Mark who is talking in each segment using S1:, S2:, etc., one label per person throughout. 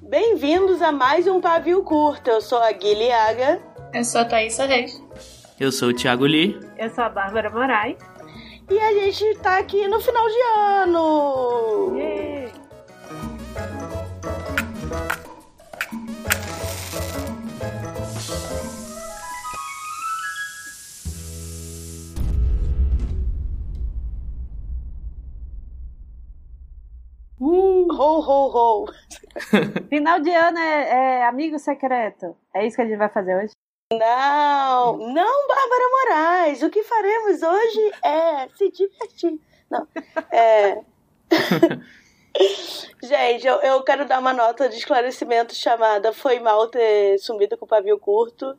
S1: Bem-vindos a mais um Pavio Curto. Eu sou a Guilhaga.
S2: Eu sou a Thaisa Reis.
S3: Eu sou o Thiago Lee.
S4: Eu sou a Bárbara Moraes.
S1: E a gente tá aqui no final de ano.
S4: Yay!
S1: Ho, ho, ho.
S4: Final de ano é, é amigo secreto. É isso que a gente vai fazer hoje?
S1: Não,
S4: Hum.
S1: não, Bárbara Moraes. O que faremos hoje é se divertir. Não, é. Gente, eu, eu quero dar uma nota de esclarecimento chamada Foi mal ter sumido com o pavio curto.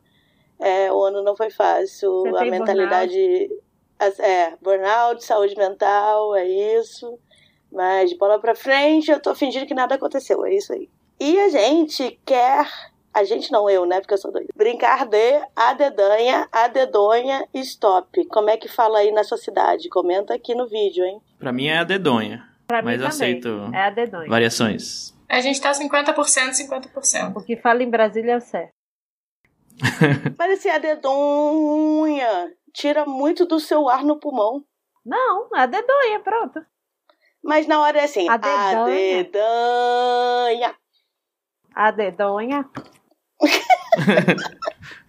S1: É, o ano não foi fácil.
S4: Você
S1: a
S4: tem
S1: mentalidade. as- É, burnout, saúde mental, é isso. Mas bola pra frente, eu tô fingindo que nada aconteceu, é isso aí. E a gente quer. A gente não, eu, né? Porque eu sou doida. Brincar de a dedanha, a dedonha, stop. Como é que fala aí na sua cidade? Comenta aqui no vídeo, hein?
S3: Pra mim é a dedonha,
S4: Pra
S3: mas
S4: mim
S3: eu
S4: também.
S3: aceito
S4: É a dedonha.
S3: variações.
S2: A gente tá 50%, 50%.
S4: O que fala em Brasília é o certo.
S1: Mas assim, a dedonha tira muito do seu ar no pulmão.
S4: Não, a dedonha, pronto.
S1: Mas na hora é assim,
S4: A
S1: a
S4: dedonha.
S1: dedanha.
S4: A dedonha.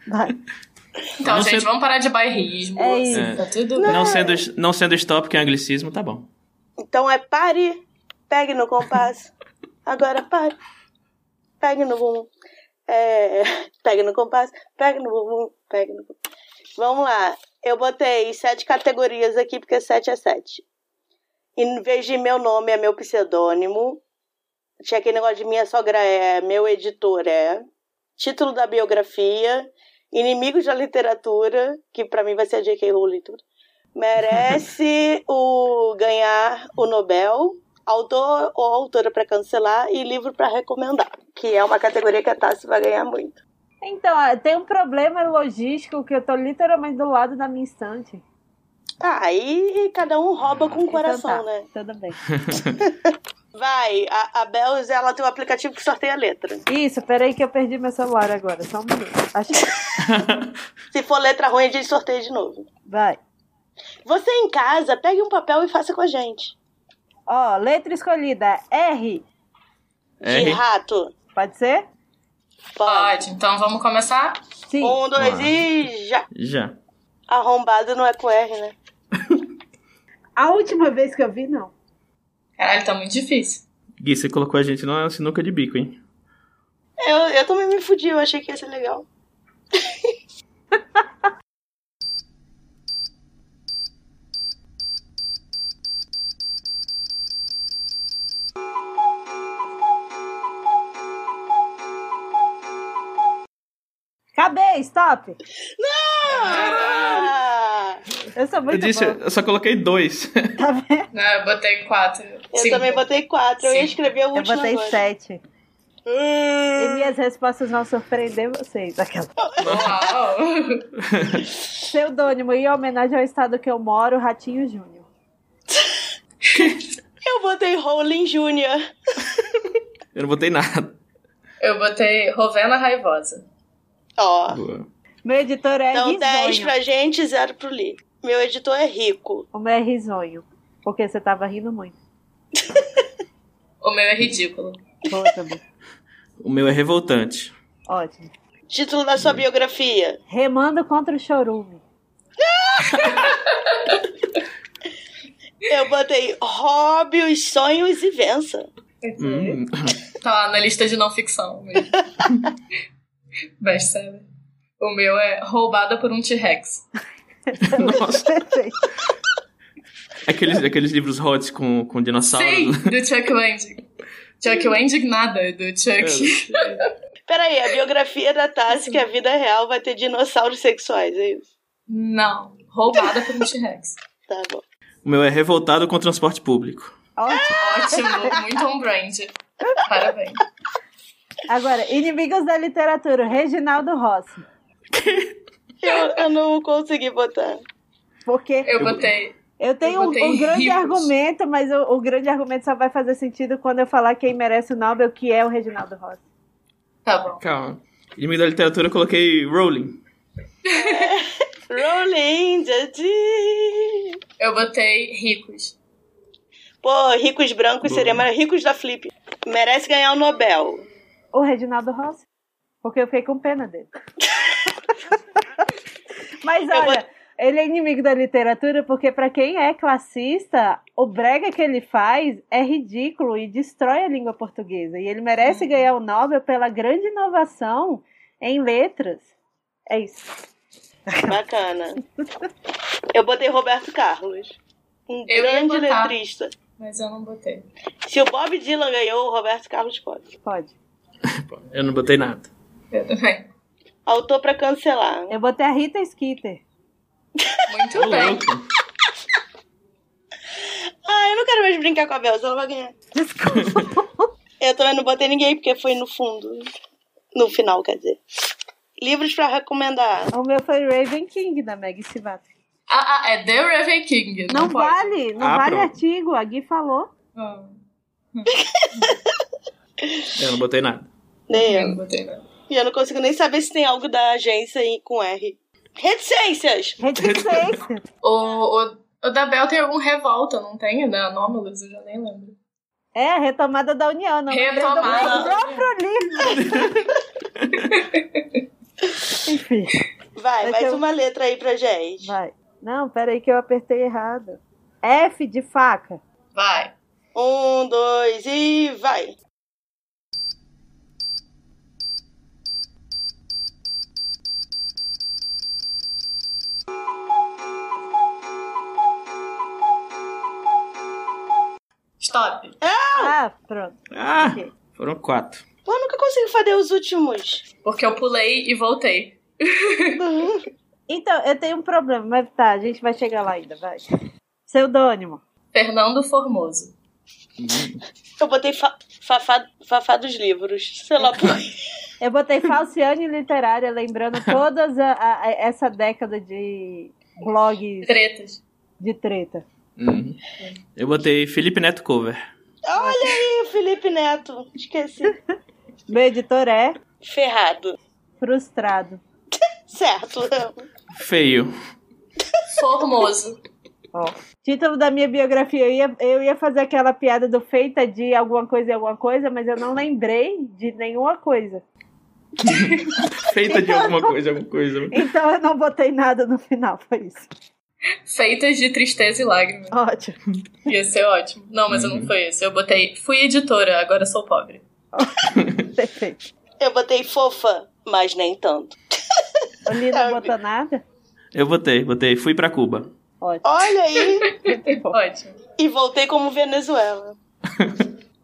S4: Vai.
S2: Então,
S3: Não
S2: gente,
S3: sei-
S2: vamos parar de bairrismo.
S4: É isso.
S2: Tá tudo
S3: Não,
S2: bem.
S3: sendo, não sendo stop, que é anglicismo, tá bom.
S1: Então é pare, pegue no compasso. Agora pare, pegue no bumbum. É, pegue no compasso, pegue no bumbum, pegue no bumbum. Vamos lá. Eu botei sete categorias aqui, porque sete é sete. Em vez de meu nome é meu pseudônimo. Tinha aquele negócio de minha sogra é, meu editor é. Título da biografia. Inimigos da literatura, que pra mim vai ser a J.K. Rowling tudo. Merece o ganhar o Nobel, autor ou autora pra cancelar e livro pra recomendar, que é uma categoria que a Tassi vai ganhar muito.
S4: Então, ah, tem um problema logístico que eu tô literalmente do lado da minha estante.
S1: Ah, aí cada um rouba com o coração,
S4: Então
S1: né?
S4: tá, Tudo bem.
S1: Vai, a, a Bells, ela tem um aplicativo que sorteia a letra.
S4: Isso, peraí que eu perdi meu celular agora. Só um minuto. Achei.
S1: Se for letra ruim, a gente sorteia de novo.
S4: Vai.
S1: Você em casa, pegue um papel e faça com a gente.
S4: Ó, letra escolhida. R.
S1: De
S3: R.
S1: rato.
S4: Pode ser?
S1: Pode.
S2: Pode, então vamos começar?
S4: Sim.
S1: Um, dois
S3: Bora.
S1: e já.
S3: Já.
S1: Arrombado não é com R, né?
S4: A última vez que eu vi, não.
S2: Caralho, tá muito difícil.
S3: Gui, você colocou a gente na sinuca de bico, hein?
S1: Eu, eu também me fudi, eu achei que ia ser legal.
S4: Acabei, stop.
S1: Ah!
S4: Eu sou muito
S3: eu disse,
S4: boa.
S3: eu só coloquei dois.
S4: Tá vendo?
S2: Não, Né, eu botei quatro.
S1: Eu
S2: Cinco.
S1: também botei quatro, eu ia
S2: Sim.
S1: escrever o
S4: Eu
S1: último
S4: botei
S1: agora.
S4: É sete. E
S1: Hum.
S4: minhas respostas vão surpreender vocês. Aquela.
S2: Uau.
S4: Pseudônimo em homenagem ao estado que eu moro, Ratinho Júnior.
S1: Eu botei Rowling Jr.
S3: Eu não botei nada.
S2: Eu botei Rovena Raivosa.
S1: Ó,
S3: Boa.
S4: Meu editor é
S1: então 10
S4: risonho.
S1: pra gente, 0 pro Lee. Meu editor é rico.
S4: O meu é risonho. Porque você tava rindo muito.
S2: O meu é ridículo.
S4: Boa também.
S3: O meu é revoltante.
S4: Ótimo.
S1: Título da
S4: Hum.
S1: sua biografia.
S4: Remando contra o chorume.
S1: Eu botei hobby, os sonhos e vença.
S3: Hum.
S2: Tá lá na lista de não ficção mesmo. Best seller. O meu é Roubada por um T-Rex.
S3: Nossa.
S4: Perfeito.
S3: Aqueles, aqueles livros hot com, com
S2: Sim,
S3: dinossauros.
S2: do Chuck Wendig. Chuck Wendig nada, do Chuck.
S1: Peraí, a biografia da Tassi, que é a vida real vai ter dinossauros sexuais, é isso?
S2: Não, Roubada por um T-Rex.
S1: Tá bom.
S3: O meu é revoltado com o transporte público.
S4: Ótimo.
S2: Ótimo, muito on brand. Parabéns.
S4: Agora, inimigos da literatura, Reginaldo Rossi.
S1: Eu, eu não consegui botar.
S4: Porque
S2: Eu botei.
S4: eu tenho
S2: Eu
S4: um,
S2: botei
S4: um grande
S2: ricos.
S4: argumento, mas o, o grande argumento só vai fazer sentido quando eu falar quem merece o Nobel, que é o Reginaldo Rossi.
S2: Tá bom.
S3: Calma. Inimigo da literatura, eu coloquei Rowling.
S1: Rolling Jadi.
S2: Eu botei ricos.
S1: Pô, ricos brancos
S3: Boa.
S1: seria mais ricos da Flip. Merece ganhar o Nobel.
S4: O Reginaldo Rossi. Porque eu fiquei com pena dele. Mas
S1: Eu
S4: olha, ele é inimigo da literatura porque pra quem é classista, o brega que ele faz é ridículo e destrói a língua portuguesa. E ele merece
S2: Uhum.
S4: ganhar o Nobel pela grande inovação em letras. É isso.
S1: Bacana. Eu botei Roberto Carlos. Um
S2: Eu ia
S1: grande
S2: botar.
S1: letrista.
S2: Mas eu não botei.
S1: Se o Bob Dylan ganhou, o Roberto Carlos pode.
S4: Pode.
S3: Pô, Eu não botei nada.
S2: Eu também.
S1: Autor pra cancelar.
S4: Eu botei a Rita Skeeter.
S2: Muito
S3: Ô,
S2: bem.
S3: louco.
S1: Ah, eu não quero mais brincar com a Belza, ela vai ganhar. eu também não botei ninguém, porque foi no fundo. No final, quer dizer. Livros pra recomendar.
S4: O meu foi Raven King, da Meg Sivato.
S2: Ah, ah, é The Raven King. Não,
S4: Não,
S2: pode.
S4: vale, não
S3: Ah,
S4: vale
S3: pronto.
S4: artigo. A Gui falou.
S2: Ah,
S3: Eu não botei nada.
S1: Nem
S2: eu
S1: eu.
S2: não botei nada.
S1: E eu não consigo nem saber se tem algo da agência aí com R. Reticências!
S4: Reticência.
S2: O, o, o da Bel tem algum revolta, não tem? Da Anomalous, eu já nem lembro.
S4: É, a retomada da União. Não lembrei do
S2: Retomada.
S4: próprio livro. Enfim,
S1: Vai,
S4: É
S1: mais
S4: que eu-
S1: uma letra aí pra gente.
S4: vai. Não, peraí que eu apertei errado. F de faca.
S2: Vai.
S1: Um, dois e vai.
S2: Stop.
S4: Ah, pronto.
S3: Ah,
S4: Ok.
S3: foram quatro.
S1: Pô, eu nunca consigo fazer os últimos.
S2: Porque eu pulei e voltei.
S4: Então, eu tenho um problema, mas tá, a gente vai chegar lá ainda, vai. Pseudônimo.
S2: Fernando Formoso.
S1: Eu botei fa fafá, fafá dos livros. Sei lá por
S4: Eu botei Falciane Literária, lembrando todas a, a- a- essa década de blogs
S2: Tretas.
S4: de treta.
S3: Uhum. Eu botei Felipe Neto Cover.
S1: Olha aí, Felipe Neto. Esqueci.
S4: Meu editor é
S1: Ferrado.
S4: frustrado.
S1: Certo.
S3: Feio.
S2: Formoso.
S4: Ó. Título da minha biografia, eu ia, eu ia fazer aquela piada do feita de alguma coisa e alguma coisa, mas eu não lembrei de nenhuma coisa.
S3: Feita de alguma coisa, alguma coisa.
S4: Então eu não botei nada no final, foi isso.
S2: Feitas de tristeza e lágrimas.
S4: Ótimo.
S2: Ia ser ótimo. Não, mas eu
S4: Uhum.
S2: não fui isso. Eu botei. Fui editora, agora sou pobre.
S4: Perfeito.
S1: Eu botei fofa, mas nem tanto.
S4: O Lina não botou nada?
S3: Eu botei, botei. Fui pra Cuba.
S4: Ótimo.
S1: Olha aí.
S4: Muito bom.
S2: Ótimo.
S1: E voltei como Venezuela.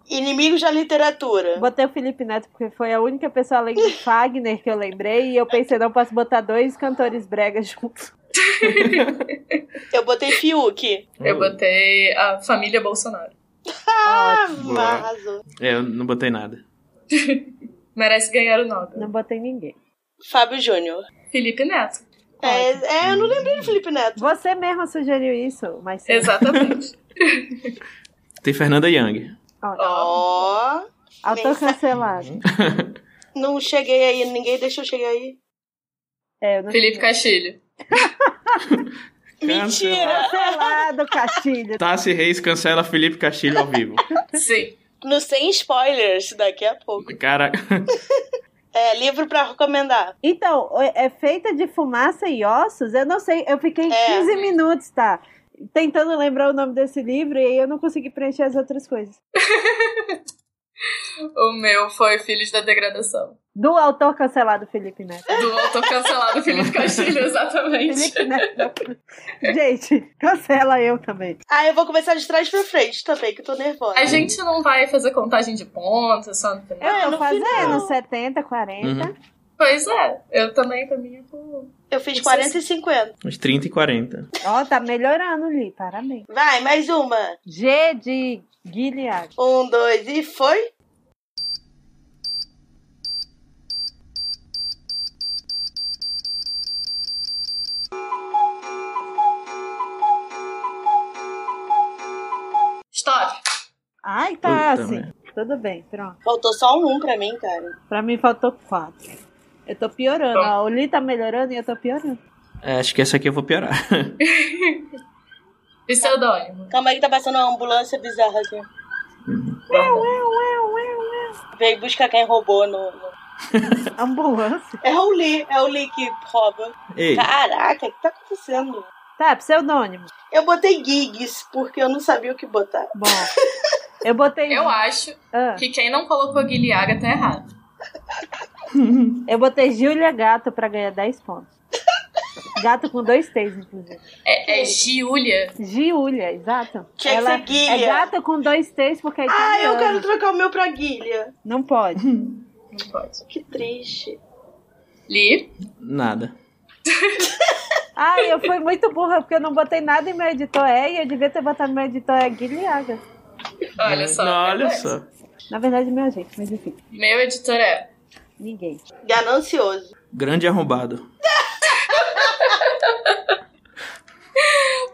S1: Inimigos da literatura.
S4: Botei o Felipe Neto porque foi a única pessoa além de Fagner que eu lembrei e eu pensei, não posso botar dois cantores bregas juntos.
S1: Eu botei Fiuk.
S4: Oh.
S2: Eu botei a família Bolsonaro.
S1: Ah,
S3: Boa.
S1: arrasou.
S3: É, eu não botei nada.
S2: Merece ganhar o Nobel.
S4: Não botei ninguém.
S1: Fábio Júnior.
S2: Felipe Neto.
S1: É, é, eu não lembrei do Felipe Neto.
S4: Você mesma sugeriu isso, mas sim.
S2: Exatamente.
S3: Tem Fernanda Young.
S1: Ó.
S4: Autor cancelado.
S1: Não cheguei aí, ninguém deixou eu chegar aí.
S4: É, eu não
S2: Felipe Castilho.
S1: Mentira!
S4: Cancelado, Castilho.
S3: Tassi Reis cancela Felipe Castilho ao vivo.
S2: Sim.
S1: No sem spoilers, daqui a pouco.
S3: Cara,
S1: É, livro pra recomendar.
S4: Então, é é feita de fumaça e ossos? Eu não sei, eu fiquei
S1: É.
S4: 15 minutos, tá? Tentando lembrar o nome desse livro e aí eu não consegui preencher as outras coisas.
S2: O meu foi Filhos da Degradação.
S4: Do autor cancelado Felipe Neto.
S2: Do autor cancelado Felipe Castilho, exatamente.
S4: Felipe Neto. Gente, cancela eu também.
S1: Ah, eu vou começar de trás pra frente também, que eu tô nervosa.
S2: A gente não vai fazer contagem de pontos, só no final.
S4: Eu
S1: É,
S4: tô
S1: no
S4: fazendo
S1: final.
S4: 70, 40.
S2: Pois é, eu também, pra mim, é por...
S1: Eu fiz 40 e 50.
S3: uns 30 e 40.
S4: Ó, tá melhorando, Li. Parabéns.
S1: Vai, mais uma.
S4: G de Guilherme.
S1: Um, dois e foi.
S2: Stop!
S4: Ai,
S3: Puta
S4: tá assim.
S3: merda.
S4: tá, Tudo bem, pronto.
S1: Faltou só um pra mim, cara.
S4: Pra mim faltou quatro. Eu tô piorando.
S2: Pronto.
S4: A Oli tá melhorando e eu tô piorando.
S3: É, acho que essa aqui eu vou piorar.
S2: Pseudônimo.
S1: Calma aí que tá passando uma ambulância bizarra aqui. Veio buscar quem roubou no. no-
S4: Ambulância.
S1: É o Lee, é o Lee que rouba.
S3: Ei,
S1: Caraca, o que tá acontecendo?
S4: Tá, pseudônimo.
S1: Eu botei gigs porque eu não sabia o que botar.
S4: Bom. Eu botei.
S2: Eu acho
S4: Ah,
S2: que quem não colocou Guilhaga tá errado.
S4: eu botei Júlia Gato pra ganhar 10 pontos. Gato com dois T's, inclusive.
S2: É, é Giulia.
S4: Giulia, exato.
S1: Tinha que
S4: Ela
S1: ser Guilha.
S4: é gato com dois T's porque
S1: Ah,
S4: é
S1: eu
S4: italiana.
S1: quero trocar o meu pra Guilha.
S4: Não pode.
S2: Não pode.
S1: Que triste.
S2: Li.
S3: nada.
S4: Ah, eu fui muito burra porque eu não botei nada em meu editor é e eu devia ter botado no meu editor é Guilhaga.
S2: Olha só.
S3: Não,
S2: é
S3: olha
S2: dois.
S3: só.
S4: Na verdade, meu jeito, mas enfim,
S2: Meu editor é.
S4: ninguém.
S1: Ganancioso.
S3: Grande arrombado.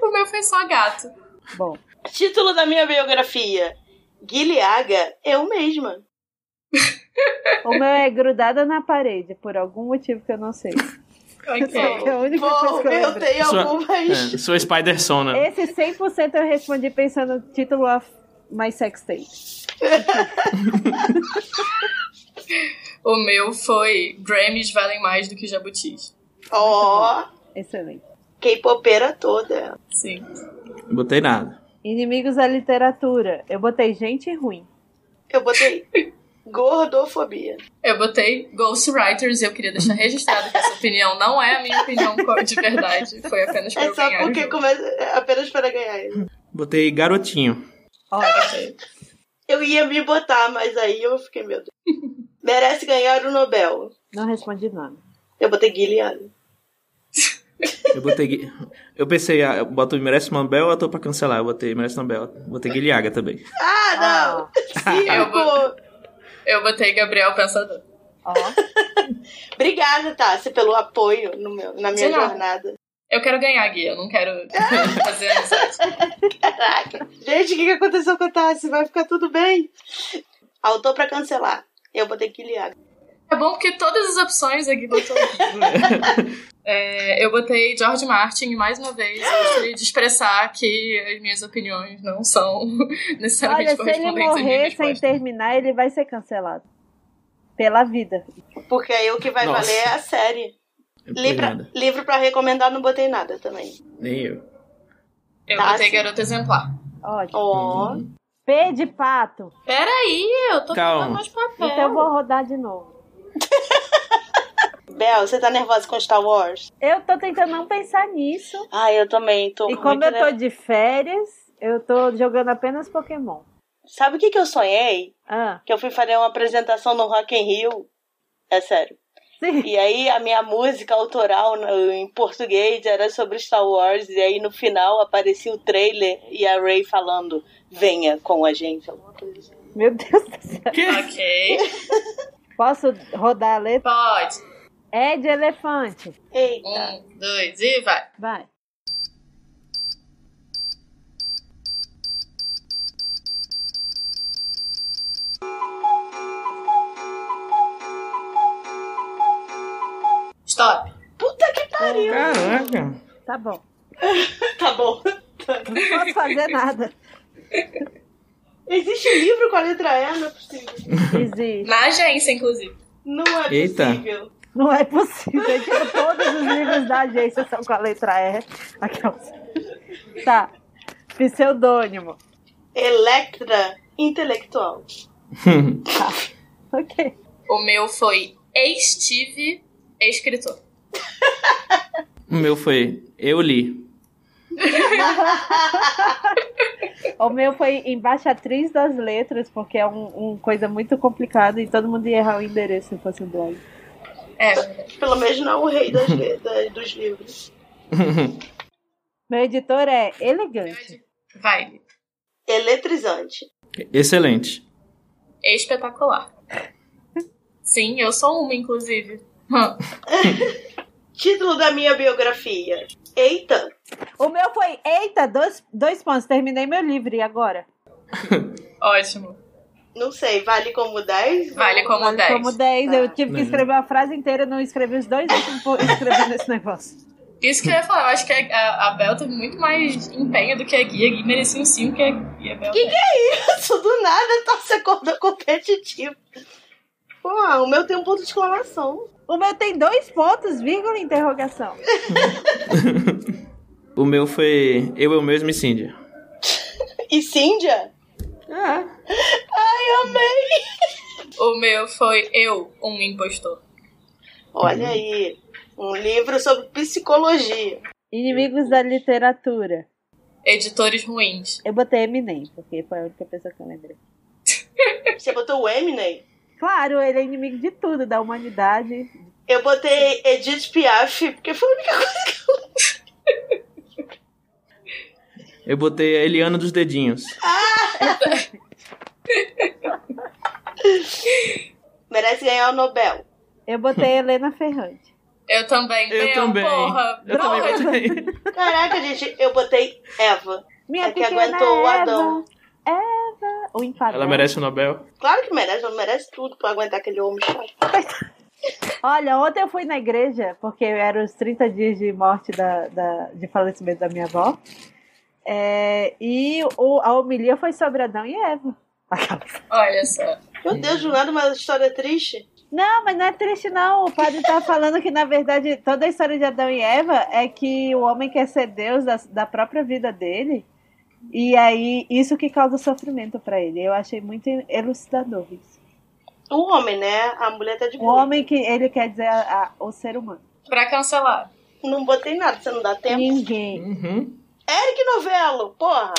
S2: O meu foi só gato.
S4: Bom,
S1: Título da minha biografia: é Guilhaga, eu mesma.
S4: o meu é grudada na parede, por algum motivo que eu não sei.
S2: Ok.
S4: É a única coisa
S1: Bom,
S4: que eu
S1: eu
S4: lembro.
S1: tenho
S3: Sua-
S1: algumas.
S3: É, sou Spider-Sona.
S2: É.
S4: Esse 100% eu respondi pensando no título of my sex tape.
S2: O meu foi Grammys valem mais do que jabutis.
S1: Ó,
S4: Excelente.
S1: K-popera toda.
S2: Sim.
S3: Não Botei nada.
S4: Inimigos da literatura. Eu botei gente ruim.
S1: Eu botei gordofobia.
S2: Eu botei Ghostwriters e eu queria deixar registrado que essa opinião não é a minha opinião co- de verdade. Foi apenas pra
S1: É
S2: eu
S1: só
S2: ganhar o
S1: porque
S2: jogo.
S1: começa é apenas para ganhar ele.
S3: Botei garotinho.
S4: Ó,
S2: Ok.
S1: Eu ia me botar, mas aí eu fiquei, meu Deus. Merece ganhar o Nobel.
S4: não respondi nome.
S1: Eu botei Guilherme.
S3: Eu botei. Gui- Eu pensei, ah, eu boto merece Mambel ou tô pra cancelar? Eu botei merece Mambel. Botei Guilhaga também.
S1: Ah, não!
S4: Ó,
S2: Eu
S1: Cinco!
S2: Eu botei Gabriel Pensador.
S4: ó.
S1: Obrigada, Tassi, pelo apoio no meu- na minha
S2: De nada.
S1: jornada.
S2: Eu quero ganhar, Gui. Eu não quero fazer amizade.
S1: Caraca. Gente, o que que aconteceu com a Tassi? Vai ficar tudo bem? Autor pra cancelar. Eu botei Guilherme.
S2: É bom porque todas as opções a Gui botou. É, eu botei George Martin e mais uma vez eu gostaria de expressar que as minhas opiniões não são necessariamente
S4: Olha, se ele
S2: correspondentes às minhas
S4: morrer sem
S2: respostas.
S4: terminar, ele vai ser cancelado. Pela vida.
S1: Porque aí o que vai
S3: Nossa.
S1: valer é a série.
S3: Eu botei
S1: Livro,
S3: nada.
S1: livro pra recomendar, não botei nada também.
S3: Nem eu.
S2: Eu
S1: Tá,
S2: botei
S4: assim.
S1: sim.
S2: Garota Exemplar.
S4: Ótimo.
S1: Ó.
S3: Uhum.
S4: P de pato.
S2: Peraí, eu tô
S3: Calma.
S2: pegando meus papéis.
S4: Então eu vou rodar de novo.
S1: Bel, você tá nervosa com Star Wars?
S4: Eu tô tentando não pensar nisso.
S1: Ah, eu também tô.
S4: E
S1: muito
S4: como eu tô
S1: nervosa.
S4: de férias, eu tô jogando apenas Pokémon.
S1: Sabe o que, que eu sonhei?
S4: Ah,
S1: Que eu fui fazer uma apresentação no Rock in Rio. É sério.
S4: sim.
S1: E aí a minha música autoral no- em português era sobre Star Wars. E aí no final aparecia o trailer e a Ray falando: Venha com a gente. alguma coisa assim.
S4: Meu Deus do céu.
S2: Ok.
S4: Posso rodar a letra?
S2: Pode.
S4: É de elefante.
S1: Eita.
S2: Um, dois e vai.
S4: Vai.
S2: Stop.
S1: Puta que pariu.
S3: Caraca.
S4: Tá bom.
S1: Tá bom.
S4: Não posso fazer nada.
S1: Existe um livro com a letra E? Não é possível.
S4: Existe.
S2: Na agência, inclusive.
S1: Não é
S3: Eita.
S1: possível.
S4: Não é possível. Eu tiro todos os livros da agência são com a letra R. Aquelas. Tá. Pseudônimo.
S1: Electra intelectual.
S4: Ok.
S2: O meu foi ex-Steve, escritor.
S3: o meu foi. Eu li.
S4: O meu foi embaixatriz das letras, porque é um, um coisa muito complicada e todo mundo ia errar o endereço se fosse um blog.
S2: É.
S1: Pelo menos não é o rei das, da- dos livros.
S4: Meu editor é elegante.
S2: Vai.
S1: Eletrizante.
S3: Excelente.
S2: É Espetacular. Sim, eu sou uma, inclusive. Hum.
S1: Título da minha biografia. Eita!
S4: O meu foi, eita, dois, dois pontos, terminei meu livro, e agora?
S2: Ótimo.
S1: Não sei, vale como 10?
S2: Vale como
S4: Vale
S2: 10.
S4: como 10. Eu
S1: Tá.
S4: tive que
S3: Uhum.
S4: escrever a frase inteira, não escrevi os dois últimos po- escrevendo esse negócio.
S2: Isso que eu ia falar, eu acho que a, a Bel teve muito mais empenho do que a Gui. A Gui merecia um 5 que a, e a Bel.
S1: Que
S2: dez.
S1: Isso do nada tá se acordando competitivo. Pô, o meu tem um ponto de exclamação.
S4: O meu tem dois pontos, vírgula e interrogação.
S3: O meu foi Eu, Eu Mesmo e Cindy.
S1: E Cíndia?
S3: Ah.
S2: O meu foi eu, um impostor.
S1: Olha aí. Um livro sobre psicologia.
S4: Inimigos da literatura.
S2: Editores ruins.
S4: Eu botei Eminem, porque foi a única pessoa que eu lembrei.
S1: Você botou o Eminem?
S4: Claro, ele é inimigo de tudo, da humanidade.
S1: Eu botei Edith Piaf, porque foi a única coisa.
S3: Eu botei a Eliana dos Dedinhos.
S1: Merece ganhar o Nobel.
S4: Eu botei Helena Ferrante.
S2: Eu também.
S3: Eu
S2: Bel,
S3: também.
S2: Porra,
S3: eu
S2: Porra.
S3: também botei.
S1: Caraca, gente, eu botei Eva.
S4: Minha
S1: É que
S4: pequena
S1: aguentou o
S4: Eva.
S1: Adão.
S4: Eva. O
S3: Ela
S4: Enfadão.
S3: merece o Nobel.
S1: Claro que merece, ela merece tudo pra aguentar aquele homem chato.
S4: Olha, ontem eu fui na igreja, porque eram os 30 dias de morte da, da- de falecimento da minha avó. É, e o- a homilia foi sobre Adão e Eva.
S2: Olha só.
S1: Meu Deus, do nada, uma história triste.
S4: Não, mas não é triste, não. O padre tá falando que, na verdade, toda a história de Adão e Eva é que o homem quer ser Deus da, da própria vida dele. E aí, isso que causa sofrimento pra ele. Eu achei muito elucidador isso.
S1: O homem, né? A mulher tá de
S4: O
S1: boa.
S4: homem que ele quer dizer a- a- o ser humano.
S2: Pra cancelar.
S1: Não botei nada, você não dá tempo.
S4: Ninguém.
S3: Uhum.
S1: Eric Novello, porra!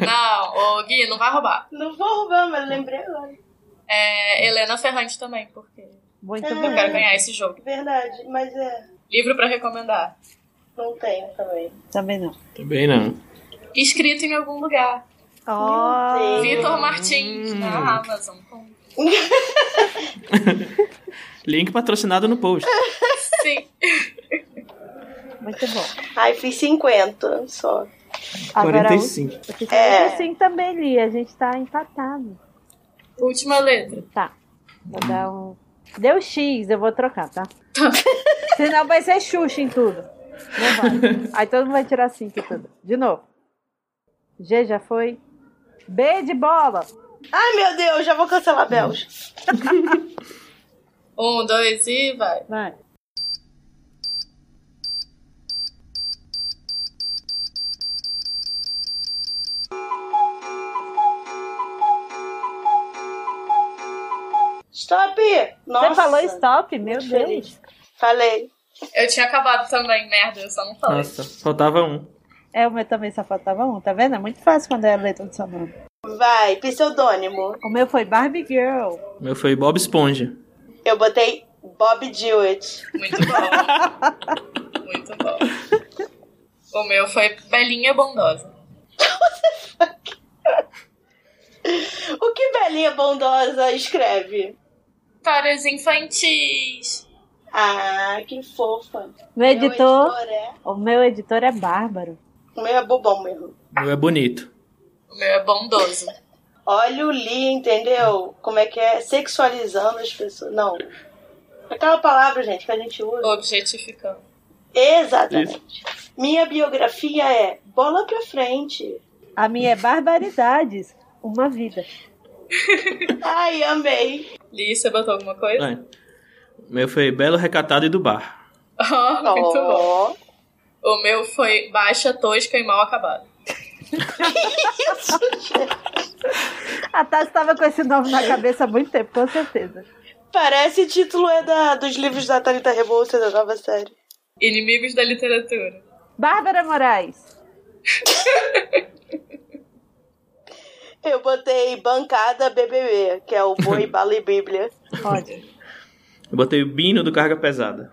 S2: Não, ô Gui, não vai roubar.
S1: Não vou roubar, mas lembrei agora.
S2: É, Helena Ferrante também, porque eu
S4: Muito
S1: Ah.
S2: quero
S4: bem.
S2: ganhar esse jogo.
S1: Verdade, mas é.
S2: Livro pra recomendar.
S1: Não tenho também.
S4: Também não.
S3: Também não.
S2: Escrito em algum lugar.
S4: Oh,
S1: Deus.
S2: Vitor Martins,
S3: Hum.
S2: na Amazon.
S3: Link patrocinado no post.
S2: Sim.
S4: muito bom.
S1: Ai, fiz 50 só.
S4: Agora, é um.
S3: 45.
S4: o- o
S1: É.
S4: 55 assim, também li. A gente tá empatado.
S2: Última letra.
S4: Tá. Vou dar um. Deu X, eu vou trocar, tá? Senão vai ser Xuxa em tudo. Não vale. Aí todo mundo vai tirar 5 e tudo. De novo. G já foi. B de bola.
S1: Ai, meu Deus, já vou cancelar a Belge.
S2: Um, dois e vai.
S4: Vai.
S1: Stop! Nossa.
S4: Você falou stop? Meu
S1: Muito
S4: Deus.
S1: feliz. Falei.
S2: Eu tinha acabado também, merda, eu só não falei.
S3: Nossa, faltava um.
S4: É, o meu também só faltava um, tá vendo? É muito fácil quando é a letra do seu nome.
S1: Vai, pseudônimo.
S4: O meu foi Barbie Girl.
S3: O meu foi Bob Esponja.
S1: Eu botei Bob Dewitt.
S2: Muito bom. Muito bom. O meu foi Belinha Bondosa.
S1: O que Belinha Bondosa escreve?
S2: Histórias infantis.
S1: Ah, que fofa.
S4: Meu editor,
S1: Meu editor é...
S4: o meu editor é Bárbaro.
S1: O meu é bobão mesmo.
S3: O meu é bonito.
S2: O meu é bondoso.
S1: Olha o Lee, entendeu? Como é que é? Sexualizando as pessoas. Não. Aquela palavra, gente, que a gente usa.
S2: Objetificando.
S1: Exatamente. Minha biografia é bola pra frente.
S4: A minha é Barbaridades, uma vida.
S1: Ai, amei.
S2: Li, você botou alguma coisa?
S3: Vai. O meu foi Belo Recatado e do Bar. É.
S2: Oh, muito bom.
S1: Ó.
S2: O meu foi Baixa, Tosca e Mal Acabada.
S4: A Tassi tava com esse nome na cabeça há muito tempo, com certeza.
S1: Parece o título é da, dos livros da Thalita Rebouças da nova série.
S2: Inimigos da literatura.
S4: Bárbara Moraes.
S1: Eu botei Bancada BBB, que é o Boi, Bala e Bíblia.
S4: Ótimo.
S3: Eu botei o Bino do Carga Pesada.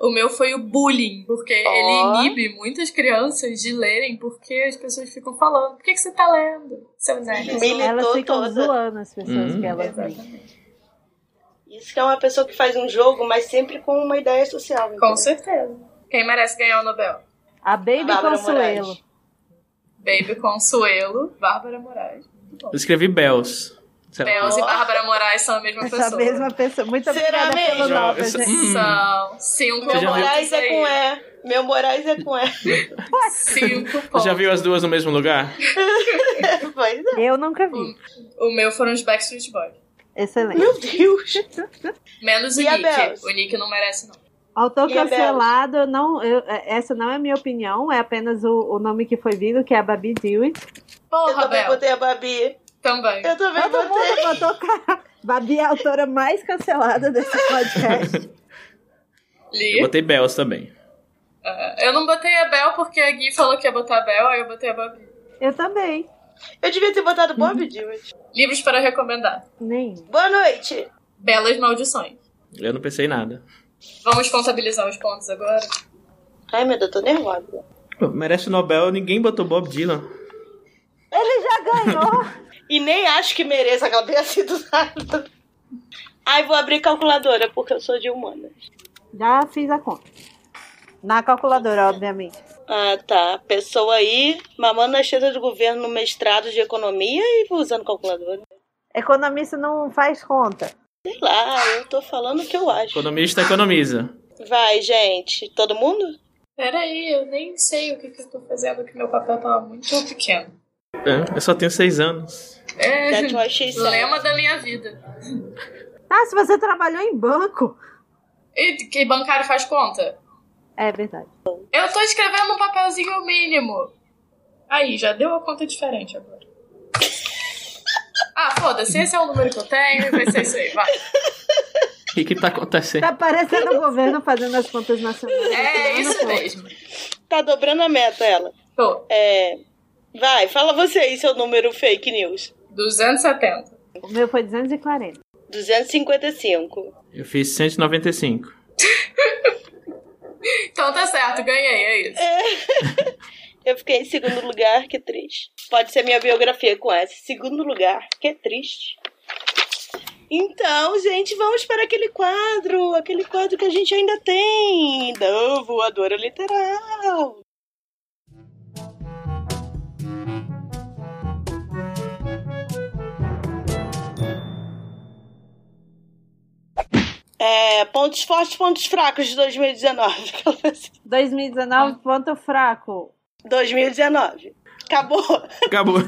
S2: O meu foi o bullying, porque
S1: Ó.
S2: ele inibe muitas crianças de lerem porque as pessoas ficam falando. Por que, que você tá lendo? Seu nerd.
S1: Militou
S4: Elas ficam
S1: é toda.
S4: zoando as pessoas
S3: Hum.
S4: que elas vêm.
S2: Exatamente.
S1: Isso que é uma pessoa que faz um jogo, mas sempre com uma ideia social.
S2: Com
S1: entendeu?
S2: certeza. Quem merece ganhar o Nobel?
S4: A Baby
S1: Bárbara
S4: Consuelo.
S1: Moraes.
S2: Baby Consuelo, Bárbara Moraes. bom.
S3: Eu escrevi Bells. Será que-
S2: Bells e Bárbara Moraes são a mesma
S4: Essa
S2: pessoa.
S4: mesma pessoa. Muito
S1: Será
S4: obrigada
S1: mesmo?
S4: pelo nome,
S3: Essa-
S4: gente.
S3: Hum.
S2: São cinco
S1: Meu
S3: Você já viu?
S1: Moraes
S2: pontos
S1: é com
S2: aí.
S1: E. Meu Moraes é com E.
S2: Cinco
S3: Você
S2: pontos.
S3: já viu as duas no mesmo lugar?
S1: Pois é.
S4: Eu nunca vi.
S2: O meu foram os Backstreet Boys.
S4: Excelente.
S1: Meu Deus.
S2: Menos o
S1: E a
S2: Nick.
S1: Bells?
S2: O Nick não merece, não.
S4: Autor
S1: E é a
S4: cancelado, eu não, eu- essa não é a minha opinião, é apenas o, o nome que foi vindo, que é a Babi Dewitt.
S1: Eu
S2: Porra,
S1: também
S2: Bel.
S1: botei a Babi.
S2: Também.
S1: Eu também
S4: Todo
S1: botei.
S4: mundo botou cara. Babi é a autora mais cancelada desse podcast.
S2: Li.
S3: Eu botei Bells também.
S2: Ah, Eu não botei a Bel porque a Gui falou que ia botar a Bel, aí eu botei a Babi.
S4: Eu também.
S1: Eu devia ter botado Bob Dylan.
S2: Livros para recomendar.
S4: Nem.
S1: Boa noite.
S2: Belas Maldições.
S3: Eu não pensei em nada.
S2: Vamos contabilizar os pontos agora?
S1: Ai, meu Deus, tô nervosa.
S3: Pô, merece o Nobel, ninguém botou Bob Dylan.
S4: Ele já ganhou!
S1: E nem acho que mereça aquela tenha sido nada. Ai, vou abrir calculadora, porque eu sou de humana.
S4: já fiz a conta. Na calculadora, obviamente.
S1: Ah, tá. Pessoa aí, mamando na cheta do governo no mestrado de economia e usando calculadora.
S4: Economista não faz conta.
S1: Sei lá, eu tô falando o que eu acho.
S3: Economista economiza.
S1: Vai, gente. Todo mundo?
S2: Peraí, eu nem sei o que, que eu tô fazendo, que meu papel tava muito pequeno.
S3: É, eu só tenho seis anos.
S2: É,
S1: That's why she said.
S2: lema da minha vida.
S4: Ah, se você trabalhou em banco.
S2: E que bancário faz conta?
S4: É verdade.
S2: Eu tô escrevendo um papelzinho mínimo. Aí, já deu a conta diferente agora. Ah, foda-se, esse é o número que eu tenho, vai ser isso aí, vai.
S3: O que que tá acontecendo?
S4: Tá parecendo o governo fazendo as contas nacionais.
S2: É isso mesmo.
S1: Tá dobrando a meta, ela.
S2: Tô,
S1: É. Vai, fala você aí seu número fake news.
S2: 270.
S4: O meu foi 240.
S1: 255.
S3: Eu fiz 195.
S2: Então tá certo, ganhei, é isso.
S1: Eu fiquei em segundo lugar, que triste. Pode ser minha biografia com essa. Segundo lugar, que triste. Então, gente, vamos para aquele quadro. Aquele quadro que a gente ainda tem. Da voadora literal. É, pontos fortes, pontos fracos de 2019.
S4: 2019,
S2: Ah.
S4: ponto fraco.
S1: 2019. Acabou.
S3: Acabou.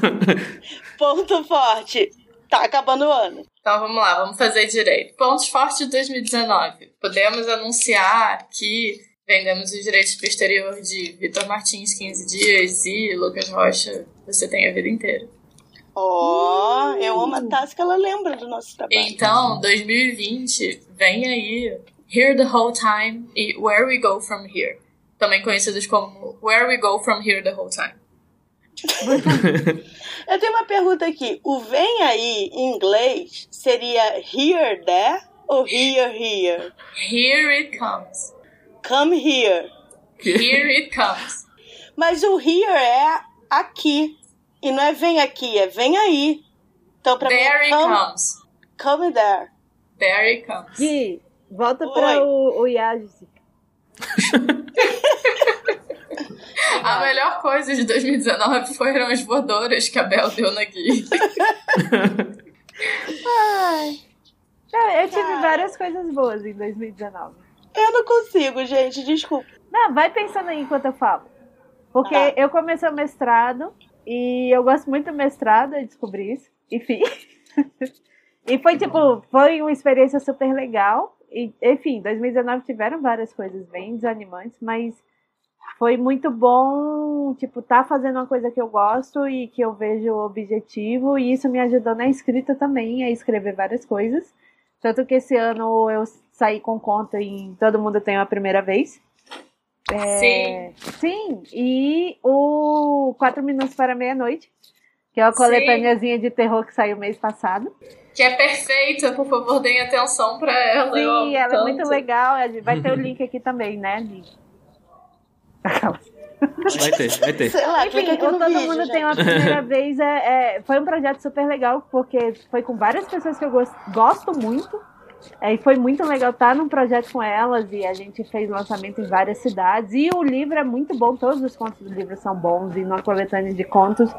S1: Ponto forte. Tá acabando o ano.
S2: Então vamos lá, vamos fazer direito. Pontos fortes de 2019. Podemos anunciar que vendemos os direitos pro exterior de Vitor Martins 15 dias e Lucas Rocha, você tem a vida inteira. Hum.
S1: Ó, eu amo a Tassi que ela lembra do nosso trabalho.
S2: Então, 2020, vem aí Here the Whole Time e Where We Go From Here. Também conhecidos como Where We Go From Here the Whole Time.
S1: Eu tenho uma pergunta aqui. O vem aí em inglês seria here there ou here here?
S2: Here it comes.
S1: Come here.
S2: Here it comes.
S1: Mas o here é aqui. E não é vem aqui, é vem aí. Então pra
S2: There
S1: mim é
S2: it
S1: come,
S2: comes.
S1: come there.
S2: There it comes.
S4: Gui, volta
S1: Oi.
S4: para o, o Iage.
S2: A melhor coisa de 2019 foram as voadoras que a Bel deu na Gui.
S4: Eu, eu tive várias coisas boas em 2019.
S1: Eu não consigo, gente, desculpa.
S4: Não, vai pensando aí enquanto eu falo. Porque
S1: Tá.
S4: eu comecei o mestrado e eu gosto muito do mestrado, eu descobri isso. Enfim. e foi tipo, foi uma experiência super legal. E, enfim, 2019 tiveram várias coisas bem desanimantes, mas foi muito bom, tipo, tá fazendo uma coisa que eu gosto e que eu vejo o objetivo, e isso me ajudou na escrita também, a escrever várias coisas. Tanto que esse ano eu saí com conta em Todo Mundo Tem uma Primeira Vez. É.
S2: Sim.
S4: Sim, e o Quatro Minutos para Meia-Noite, que é uma
S2: Sim.
S4: coletâneazinha de terror que saiu mês passado.
S2: Que é perfeita, por favor, deem atenção pra ela. eu amo
S4: Sim, ela é
S2: tanto.
S4: muito legal. a gente- Vai ter o link aqui também, né, Tá Link?
S3: Vai ter, vai ter.
S1: Sei lá,
S4: Enfim,
S1: clica
S4: o
S1: aqui no
S4: Todo
S1: vídeo,
S4: Mundo
S1: gente.
S4: Tem Uma Primeira Vez é, é- foi um projeto super legal, porque foi com várias pessoas que eu gos- gosto muito. É, e foi muito legal estar num projeto com elas e a gente fez lançamento em várias cidades. E o livro é muito bom, todos os contos do livro são bons e numa coletânea de contos.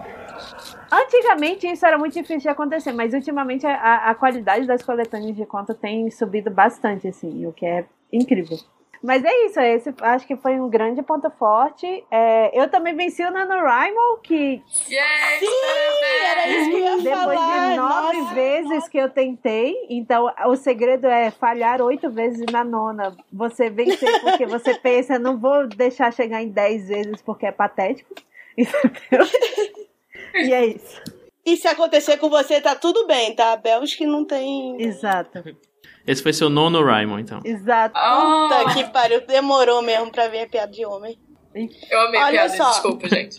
S4: Antigamente isso era muito difícil de acontecer, mas ultimamente a, a qualidade das coletâneas de contos tem subido bastante, assim, o que é incrível. Mas é isso, esse acho que foi um grande ponto forte. É, eu também venci o NaNoWriMo, que
S2: Yay,
S1: Sim,
S4: é
S1: era É isso que eu ia
S4: depois
S1: falar.
S4: de nove
S1: nossa.
S4: vezes que eu tentei, então o segredo é falhar oito vezes na nona. Você vencer porque você pensa, não vou deixar chegar em dez vezes porque é patético. Entendeu? E é isso.
S1: E se acontecer com você, tá tudo bem, tá? Belge que não tem.
S4: Exato.
S3: Esse foi seu nono Raimon, então.
S4: Exato.
S2: Ah,
S1: Puta que pariu, demorou mesmo pra ver a piada de homem.
S2: Eu amei a
S1: Olha
S2: piada,
S1: só.
S2: desculpa, gente.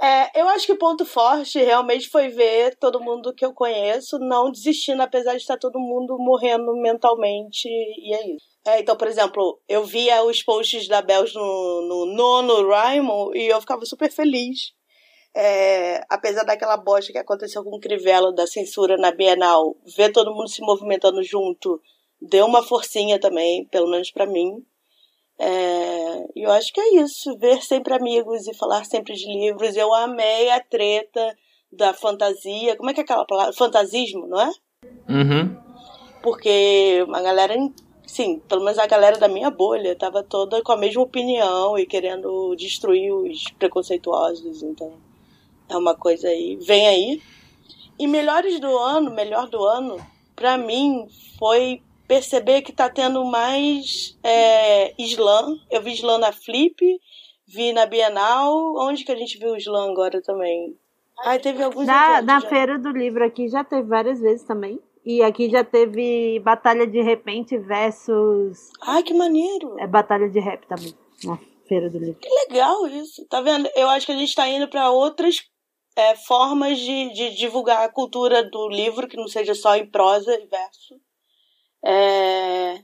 S1: É, eu acho que o ponto forte realmente foi ver todo mundo que eu conheço não desistindo, apesar de estar todo mundo morrendo mentalmente, e é isso. É, então, por exemplo, eu via os posts da Bells no, no nono Raimon e eu ficava super feliz. É, apesar daquela bosta que aconteceu com o Crivella da censura na Bienal, ver todo mundo se movimentando junto deu uma forcinha também, pelo menos pra mim. É, e eu acho que é isso, ver sempre amigos e falar sempre de livros. Eu amei a treta da fantasia. Como é que é aquela palavra? Fantasismo, não é?
S3: Uhum.
S1: Porque a galera, sim, pelo menos a galera da minha bolha, tava toda com a mesma opinião e querendo destruir os preconceituosos. Então, é uma coisa aí. Vem aí. E melhores do ano, melhor do ano, pra mim, foi perceber que tá tendo mais é, slam. Eu vi slam na Flip, vi na Bienal. Onde que a gente viu o slam agora também? Ai, teve alguns
S4: Na,
S1: eventos
S4: na
S1: já.
S4: feira do livro aqui já teve várias vezes também. E aqui já teve Batalha de Repente versus
S1: Ai, que maneiro!
S4: é, Batalha de Rap também. Na feira do livro.
S1: Legal isso, tá vendo? Eu acho que a gente tá indo para outras é, formas de, de divulgar a cultura do livro, que não seja só em prosa e verso. É,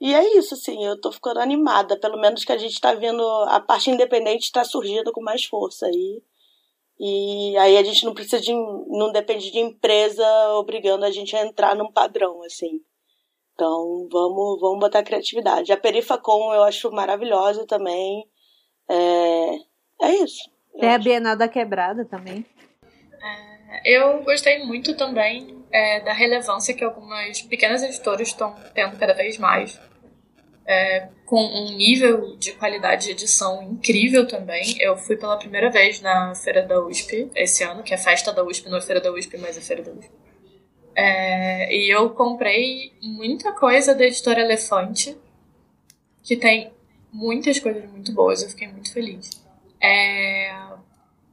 S1: E é isso, assim, eu tô ficando animada, pelo menos que a gente tá vendo, a parte independente tá surgindo com mais força aí. E aí a gente não precisa de, não depende de empresa obrigando a gente a entrar num padrão, assim. Então, vamos, vamos botar a criatividade. A Perifacom eu acho maravilhosa também. É, é isso. Eu
S4: Tem a
S1: acho.
S4: Bienal da Quebrada também.
S2: Eu gostei muito também é, da relevância que algumas pequenas editoras estão tendo cada vez mais. É, com um nível de qualidade de edição incrível também. Eu fui pela primeira vez na Feira da USP esse ano, que é festa da USP, não é Feira da USP, mas é Feira da USP. É, e eu comprei muita coisa da editora Elefante, que tem muitas coisas muito boas, eu fiquei muito feliz. É,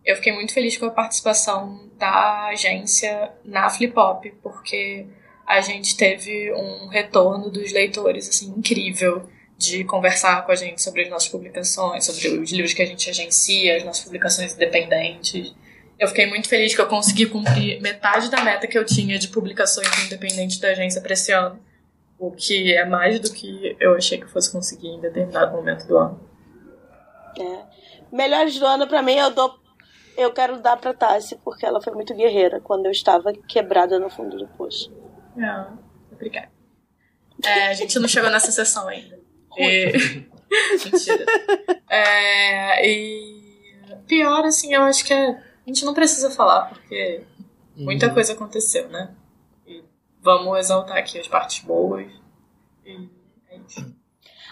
S2: eu fiquei muito feliz com a participação da agência na Flipop, porque a gente teve um retorno dos leitores assim incrível de conversar com a gente sobre as nossas publicações, sobre os livros que a gente agencia, as nossas publicações independentes. Eu fiquei muito feliz que eu consegui cumprir metade da meta que eu tinha de publicações independentes da agência para esse ano, o que é mais do que eu achei que eu fosse conseguir em determinado momento do ano.
S1: É. Melhores do ano pra mim, eu dou. Eu quero dar pra Tassi, porque ela foi muito guerreira quando eu estava quebrada no fundo do poço.
S2: Ah, obrigada. É, a gente não chegou nessa sessão ainda. E... Mentira. É, e pior, assim, eu acho que é... a gente não precisa falar, porque
S3: Uhum.
S2: muita coisa aconteceu, né? E vamos exaltar aqui as partes boas. E é isso.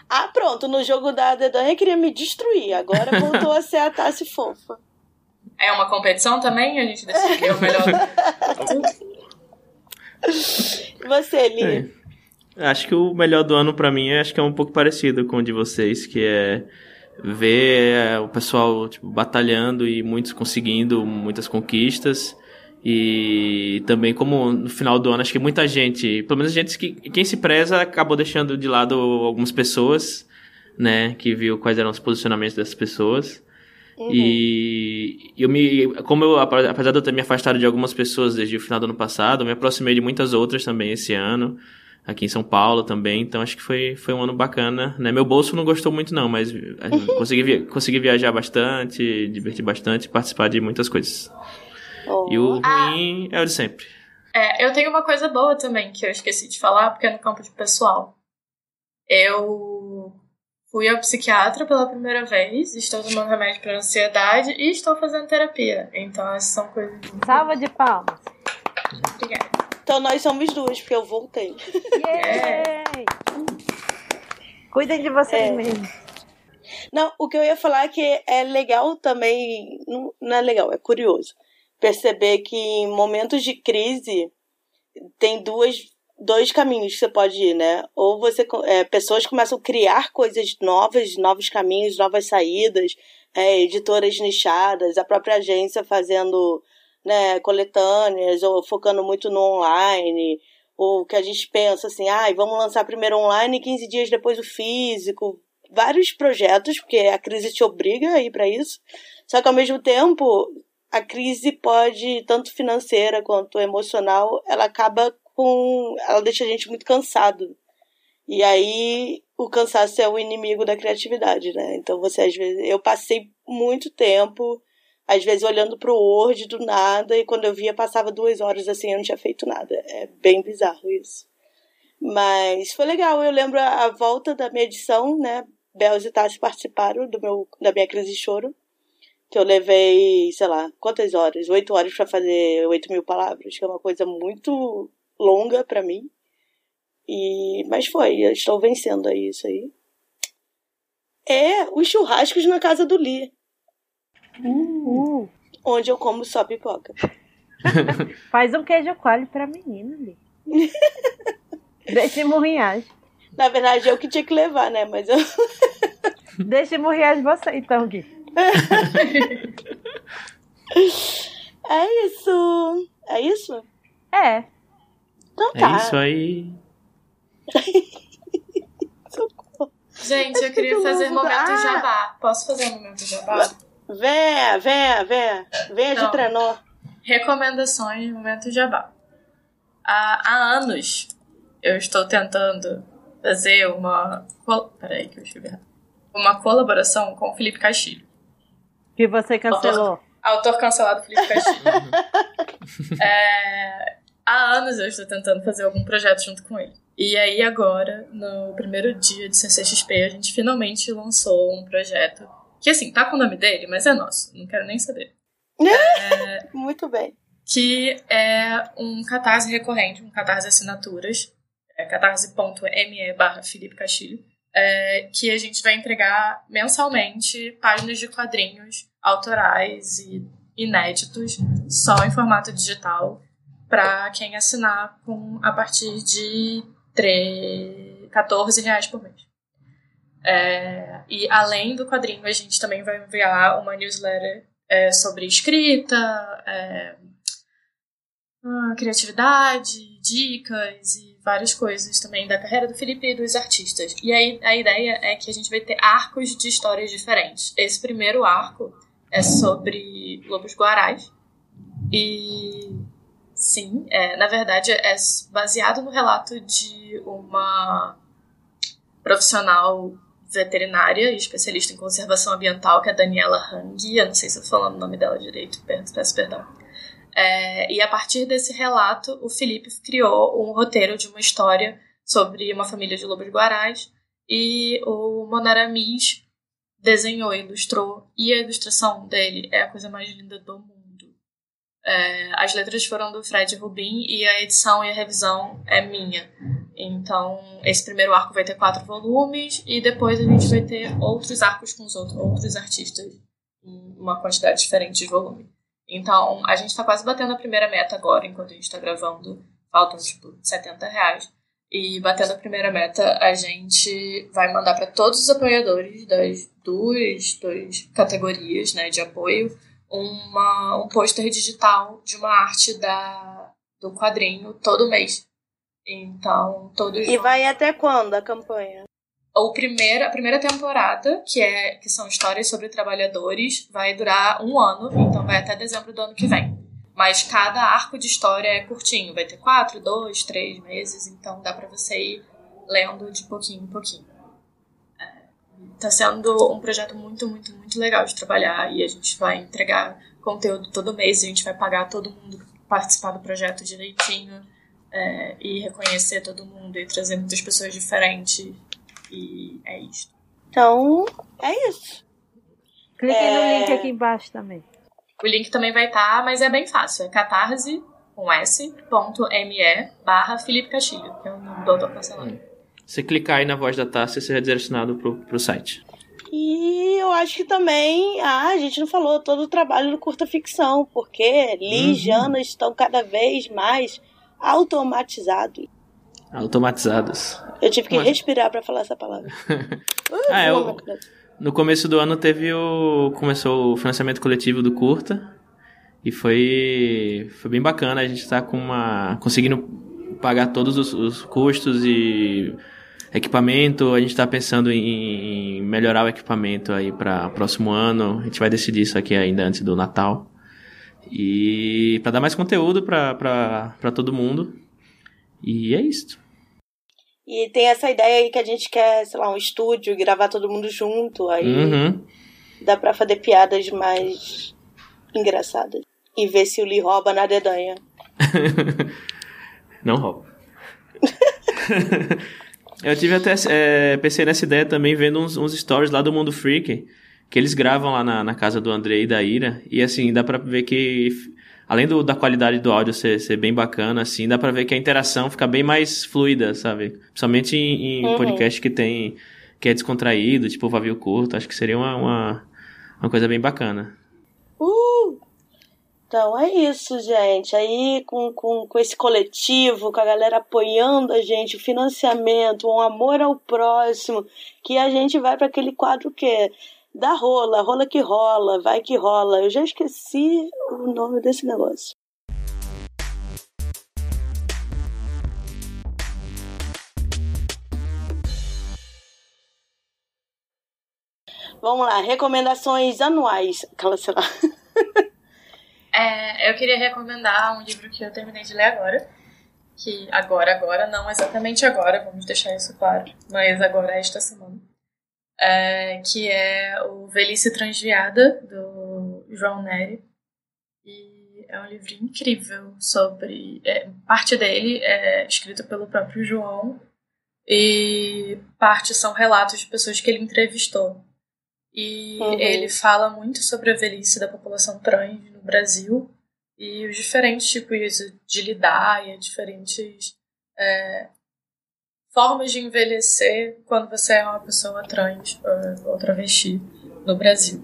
S1: Ah, pronto, no jogo da Dedanha queria me destruir. Agora voltou a ser a Tassi fofa.
S2: É uma competição também? A gente decidiu o melhor.
S1: E Você, Li?
S3: É. Acho que o melhor do ano pra mim, acho que é um pouco parecido com o de vocês, que é ver é, o pessoal tipo, batalhando e muitos conseguindo muitas conquistas. E também como no final do ano, acho que muita gente, pelo menos gente que quem se preza acabou deixando de lado algumas pessoas, né, que viu quais eram os posicionamentos dessas pessoas.
S1: Uhum.
S3: É. E eu me, como eu, apa- apesar de eu ter me afastado de algumas pessoas desde o final do ano passado, eu me aproximei de muitas outras também esse ano, aqui em São Paulo também, então acho que foi, foi um ano bacana, né? Meu bolso não gostou muito não, mas eh, consegui, vi- consegui viajar bastante, divertir bastante, participar de muitas coisas.
S1: Oh.
S3: E o ruim é o de sempre.
S2: É, eu tenho uma coisa boa também que eu esqueci de falar, porque é no campo de pessoal. Eu fui ao psiquiatra pela primeira vez, estou tomando remédio para ansiedade e estou fazendo terapia. Então, essas são coisas.
S4: Salva de palmas.
S2: Obrigada.
S1: Então nós somos duas, porque eu voltei.
S4: Yay! Cuidem de vocês
S1: É.
S4: mesmos.
S1: Não, o que eu ia falar é que é legal também. Não, não é legal, é curioso. Perceber que em momentos de crise tem duas, dois caminhos que você pode ir, né? Ou você. co- é, pessoas começam a criar coisas novas, novos caminhos, novas saídas, é, editoras nichadas, a própria agência fazendo né, coletâneas ou focando muito no online. Ou que a gente pensa assim, ai, vamos lançar primeiro online e 15 dias depois o físico, vários projetos, porque a crise te obriga a ir para isso. Só que ao mesmo tempo, a crise pode, tanto financeira quanto emocional, ela acaba com. ela deixa a gente muito cansado. E aí o cansaço é o inimigo da criatividade, né? Então você às vezes. Eu passei muito tempo, às vezes, olhando pro Word do nada, e quando eu via, passava duas horas assim, eu não tinha feito nada. É bem bizarro isso. Mas foi legal, eu lembro a a volta da minha edição, né? Belz e Tassi participaram do meu, da minha crise de choro. Que eu levei, sei lá, quantas horas? Oito horas para fazer oito mil palavras, que é uma coisa muito longa para mim. E, mas foi, eu estou vencendo aí isso aí. É os churrascos na casa do Lee,
S4: Uh,
S1: onde eu como só pipoca.
S4: faz um queijo coalho pra menina, ali. Deixa emurrinhagem.
S1: Na verdade, eu que tinha que levar, né? Mas eu.
S4: Deixa emurrinhagem você, então, Gui.
S1: É isso! É isso?
S4: É,
S1: Então
S3: É
S1: tá.
S3: isso aí.
S2: Gente, eu queria
S1: Eu
S2: fazer
S1: não vou
S2: momento
S1: dar.
S2: jabá. Posso fazer um momento jabá?
S1: Véia, véia, véia. Véia de
S2: Não.
S1: trenó.
S2: Recomendações no momento jabá. Há, há anos eu estou tentando fazer uma. col- Peraí, que eu escrevi errado. Uma colaboração com o Felipe Castilho.
S4: que você cancelou.
S2: Autor cancelado Felipe Castilho. É, há anos eu estou tentando fazer algum projeto junto com ele. E aí agora, no primeiro dia de CCXP, a gente finalmente lançou um projeto que assim, tá com o nome dele, mas é nosso. Não quero nem saber.
S1: Muito bem.
S2: que é um catarse recorrente, um catarse assinaturas, é catarse.me barra Felipe Castilho, é, que a gente vai entregar mensalmente páginas de quadrinhos autorais e inéditos, só em formato digital, para quem assinar com, a partir de tre- 14 reais por mês. É, e além do quadrinho, a gente também vai enviar uma newsletter é, sobre escrita, é, ah, criatividade, dicas e várias coisas também da carreira do Felipe e dos artistas. E aí a ideia é que a gente vai ter arcos de histórias diferentes. Esse primeiro arco é sobre lobos guarais e sim, é, na verdade é s- baseado no relato de uma profissional veterinária e especialista em conservação ambiental, que é a Daniela Hang, eu não sei se eu tô falando o nome dela direito, per- peço perdão. É, e a partir desse relato, o Felipe criou um roteiro de uma história sobre uma família de lobos guarás e o Monaramis desenhou e ilustrou e a ilustração dele é a coisa mais linda do mundo. É, as letras foram do Fred Rubin e a edição e a revisão é minha. Então, esse primeiro arco vai ter quatro volumes e depois a gente vai ter outros arcos com os outros, outros artistas em uma quantidade diferente de volume. Então, a gente tá quase batendo a primeira meta agora, enquanto a gente tá gravando. Faltam, tipo, R$ 70 reais. E batendo a primeira meta, a gente vai mandar para todos os apoiadores das duas, duas categorias né, de apoio uma, um pôster digital de uma arte da, do quadrinho todo mês. Então, todos
S1: E vai até quando a campanha?
S2: o primeiro, a primeira temporada, que, é, que são histórias sobre trabalhadores, vai durar um ano, então vai até dezembro do ano que vem. Mas cada arco de história é curtinho, vai ter quatro, dois, três meses, então dá pra você ir lendo de pouquinho em pouquinho. É, tá sendo um projeto muito, muito, muito legal de trabalhar e a gente vai entregar conteúdo todo mês e a gente vai pagar todo mundo participar do projeto direitinho é, e reconhecer todo mundo e trazer muitas pessoas diferentes. E é isso.
S1: Então, é isso.
S4: Cliquem
S1: É.
S4: no link aqui embaixo também.
S2: O link também vai estar, mas é bem fácil. É catarse, com S, ponto ME, barra Felipe Castilho, que é o nome do autor cancelado.
S3: Se clicar aí na voz da Tássia, você é direcionado pro, pro site.
S1: E eu acho que também, ah, a gente não falou todo o trabalho do curta ficção, porque Li
S3: Uhum.
S1: e Jana estão cada vez mais automatizados.
S3: Automatizados.
S1: Eu tive que
S3: Mas-
S1: respirar pra falar essa palavra.
S3: Ah, é, o-
S1: Uh,
S3: No começo do ano teve o. Começou o financiamento coletivo do Curta. E foi. Foi bem bacana. A gente tá com uma. conseguindo pagar todos os, os custos e equipamento. A gente tá pensando em, em melhorar o equipamento aí para próximo ano. A gente vai decidir isso aqui ainda antes do Natal. E para dar mais conteúdo para todo mundo. E é isso.
S1: E tem essa ideia aí que a gente quer, sei lá, um estúdio, gravar todo mundo junto. É Aí
S3: Uhum.
S1: dá pra fazer piadas mais engraçadas. E ver se o Lee rouba na dedanha.
S3: Não roubo. Eu tive até. é, pensei nessa ideia também vendo uns, uns stories lá do Mundo Freak, que eles gravam lá na, na casa do André e da Ira. E assim, dá pra ver que. Além do, da qualidade do áudio ser, ser bem bacana, assim, dá pra ver que a interação fica bem mais fluida, sabe? Principalmente em, em
S1: Uhum.
S3: podcast que tem. que é descontraído, tipo Vavio Curto. Acho que seria uma, uma, uma coisa bem bacana.
S1: Uh! Então é isso, gente. Aí com, com, com esse coletivo, com a galera apoiando a gente, o financiamento, um amor ao próximo, que a gente vai pra aquele quadro que da rola, rola que rola, vai que rola. Eu já esqueci o nome desse negócio. Vamos lá, recomendações anuais. Aquela, sei lá.
S2: É, eu queria recomendar um livro que eu terminei de ler agora. Que agora, agora, não exatamente agora, vamos deixar isso claro. Mas agora, esta semana. É, que é o Velhice Transviada, do João Neri. E é um livro incrível sobre... é, parte dele é escrito pelo próprio João. E parte são relatos de pessoas que ele entrevistou. E
S1: Uhum.
S2: ele fala muito sobre a velhice da população trans no Brasil e os diferentes tipos de lidar e as diferentes é, formas de envelhecer quando você é uma pessoa trans é, ou travesti no Brasil.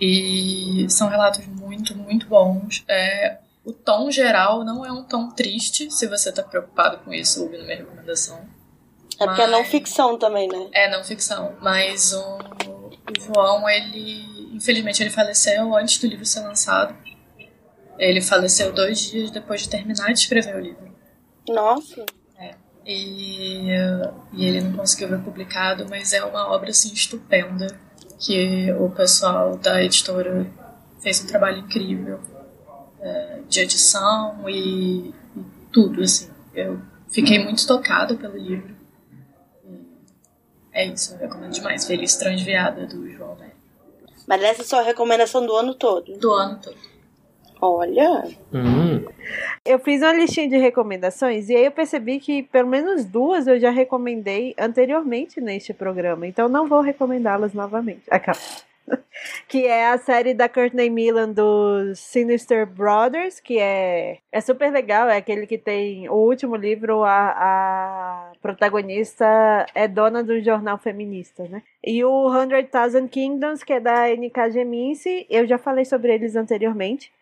S2: E são relatos muito, muito bons. É, o tom geral não é um tom triste, se você está preocupado com isso, ouvindo minha recomendação.
S1: É porque é
S2: Mas-
S1: não ficção também, né?
S2: É, não ficção. Mas o, o João, ele. Infelizmente, ele faleceu antes do livro ser lançado. Ele faleceu dois dias depois de terminar de escrever o livro.
S1: Nossa.
S2: E, eh, e ele não conseguiu ver publicado, mas é uma obra assim, estupenda que o pessoal da editora fez um trabalho incrível eh, de edição e, e tudo assim. Eu fiquei muito tocada pelo livro. E é isso, eu recomendo demais. Feliz Transviada do João Nery.
S1: Mas essa é só a recomendação do ano todo.
S2: Do ano todo.
S1: Olha.
S3: Hum.
S4: Eu fiz uma listinha de recomendações e aí eu percebi que pelo menos duas eu já recomendei anteriormente neste programa, então não vou recomendá-las novamente. Aquela. Que é a série da Courtney Milan dos Sinister Brothers, que é, é super legal, é aquele que tem o último livro, a, a protagonista é dona do jornal feminista, né? E o 100,000 Kingdoms, que é da N.K. Geminci, eu já falei sobre eles anteriormente.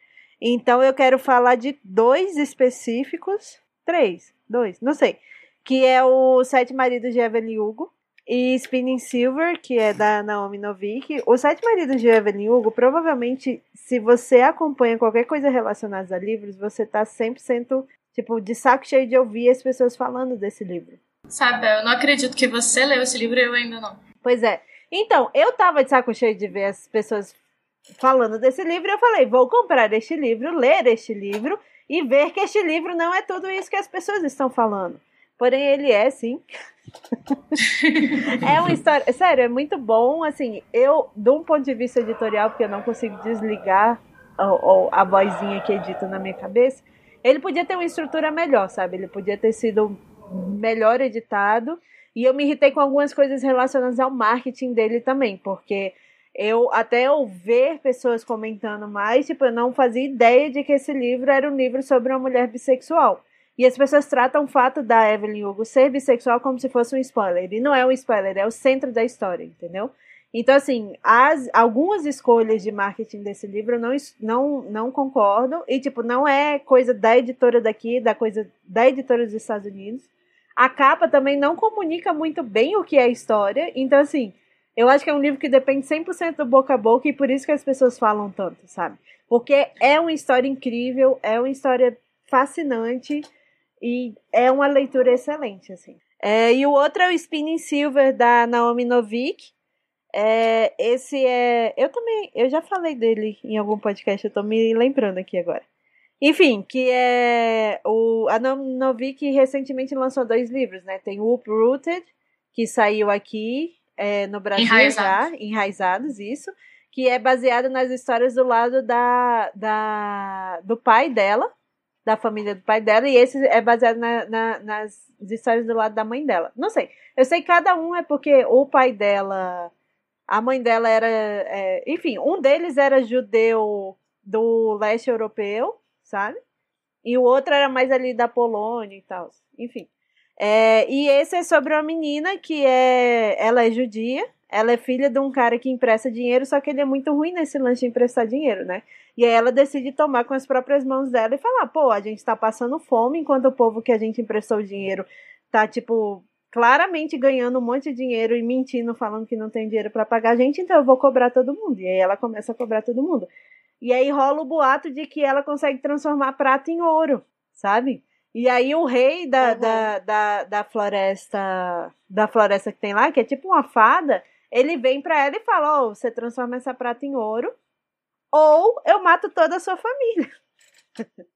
S4: Então eu quero falar de dois específicos, três, dois, não sei, que é o Sete Maridos de Evelyn Hugo e Spinning Silver, que é da Naomi Novik. O Sete Maridos de Evelyn Hugo, provavelmente, se você acompanha qualquer coisa relacionada a livros, você tá 100% tipo de saco cheio de ouvir as pessoas falando desse livro.
S2: Sabe, eu não acredito que você leu esse livro e eu ainda não.
S4: Pois é. Então, eu tava de saco cheio de ver as pessoas falando desse livro, e eu falei, vou comprar este livro, ler este livro e ver que este livro não é tudo isso que as pessoas estão falando. Porém, ele é, sim. é uma história. Sério, é muito bom. Assim, eu, de um ponto de vista editorial, porque eu não consigo desligar ou, ou a vozinha que edita na minha cabeça, ele podia ter uma estrutura melhor, sabe? Ele podia ter sido melhor editado. E eu me irritei com algumas coisas relacionadas ao marketing dele também, porque eu até eu ver pessoas comentando mais, tipo, eu não fazia ideia de que esse livro era um livro sobre uma mulher bissexual. E as pessoas tratam o fato da Evelyn Hugo ser bissexual como se fosse um spoiler. E não é um spoiler, é o centro da história, entendeu? Então, assim, as, algumas escolhas de marketing desse livro eu não, não, não concordo. E, tipo, não é coisa da editora daqui, da coisa da editora dos Estados Unidos. A capa também não comunica muito bem o que é a história. Então, assim, eu acho que é um livro que depende 100% do boca a boca e por isso que as pessoas falam tanto, sabe? Porque é uma história incrível, é uma história fascinante e é uma leitura excelente, assim. É, e o outro é o Spinning Silver da Naomi Novik. É, esse é. Eu também. Eu já falei dele em algum podcast, eu tô me lembrando aqui agora. Enfim, que é. O, a Naomi Novik recentemente lançou dois livros, né? Tem o Uprooted, que saiu aqui é, no Brasil
S2: Enraizados.
S4: já, Enraizados, isso, que é baseado nas histórias do lado da, da, do pai dela, da família do pai dela, e esse é baseado na- na- nas histórias do lado da mãe dela. Não sei, eu sei que cada um é porque o pai dela, a mãe dela era, é, enfim, um deles era judeu do leste europeu, sabe? E o outro era mais ali da Polônia e tal, enfim. É, e esse é sobre uma menina que é. Ela é judia, ela é filha de um cara que empresta dinheiro, só que ele é muito ruim nesse lance de emprestar dinheiro, né? E aí ela decide tomar com as próprias mãos dela e falar: pô, a gente tá passando fome enquanto o povo que a gente emprestou o dinheiro tá, tipo, claramente ganhando um monte de dinheiro e mentindo, falando que não tem dinheiro pra pagar a gente, então eu vou cobrar todo mundo. E aí ela começa a cobrar todo mundo. E aí rola o boato de que ela consegue transformar prata em ouro, sabe? E aí o rei da,
S1: Uhum.
S4: da, da, da floresta da floresta que tem lá, que é tipo uma fada, ele vem pra ela e fala: "Ó, você transforma essa prata em ouro, ou eu mato toda a sua família".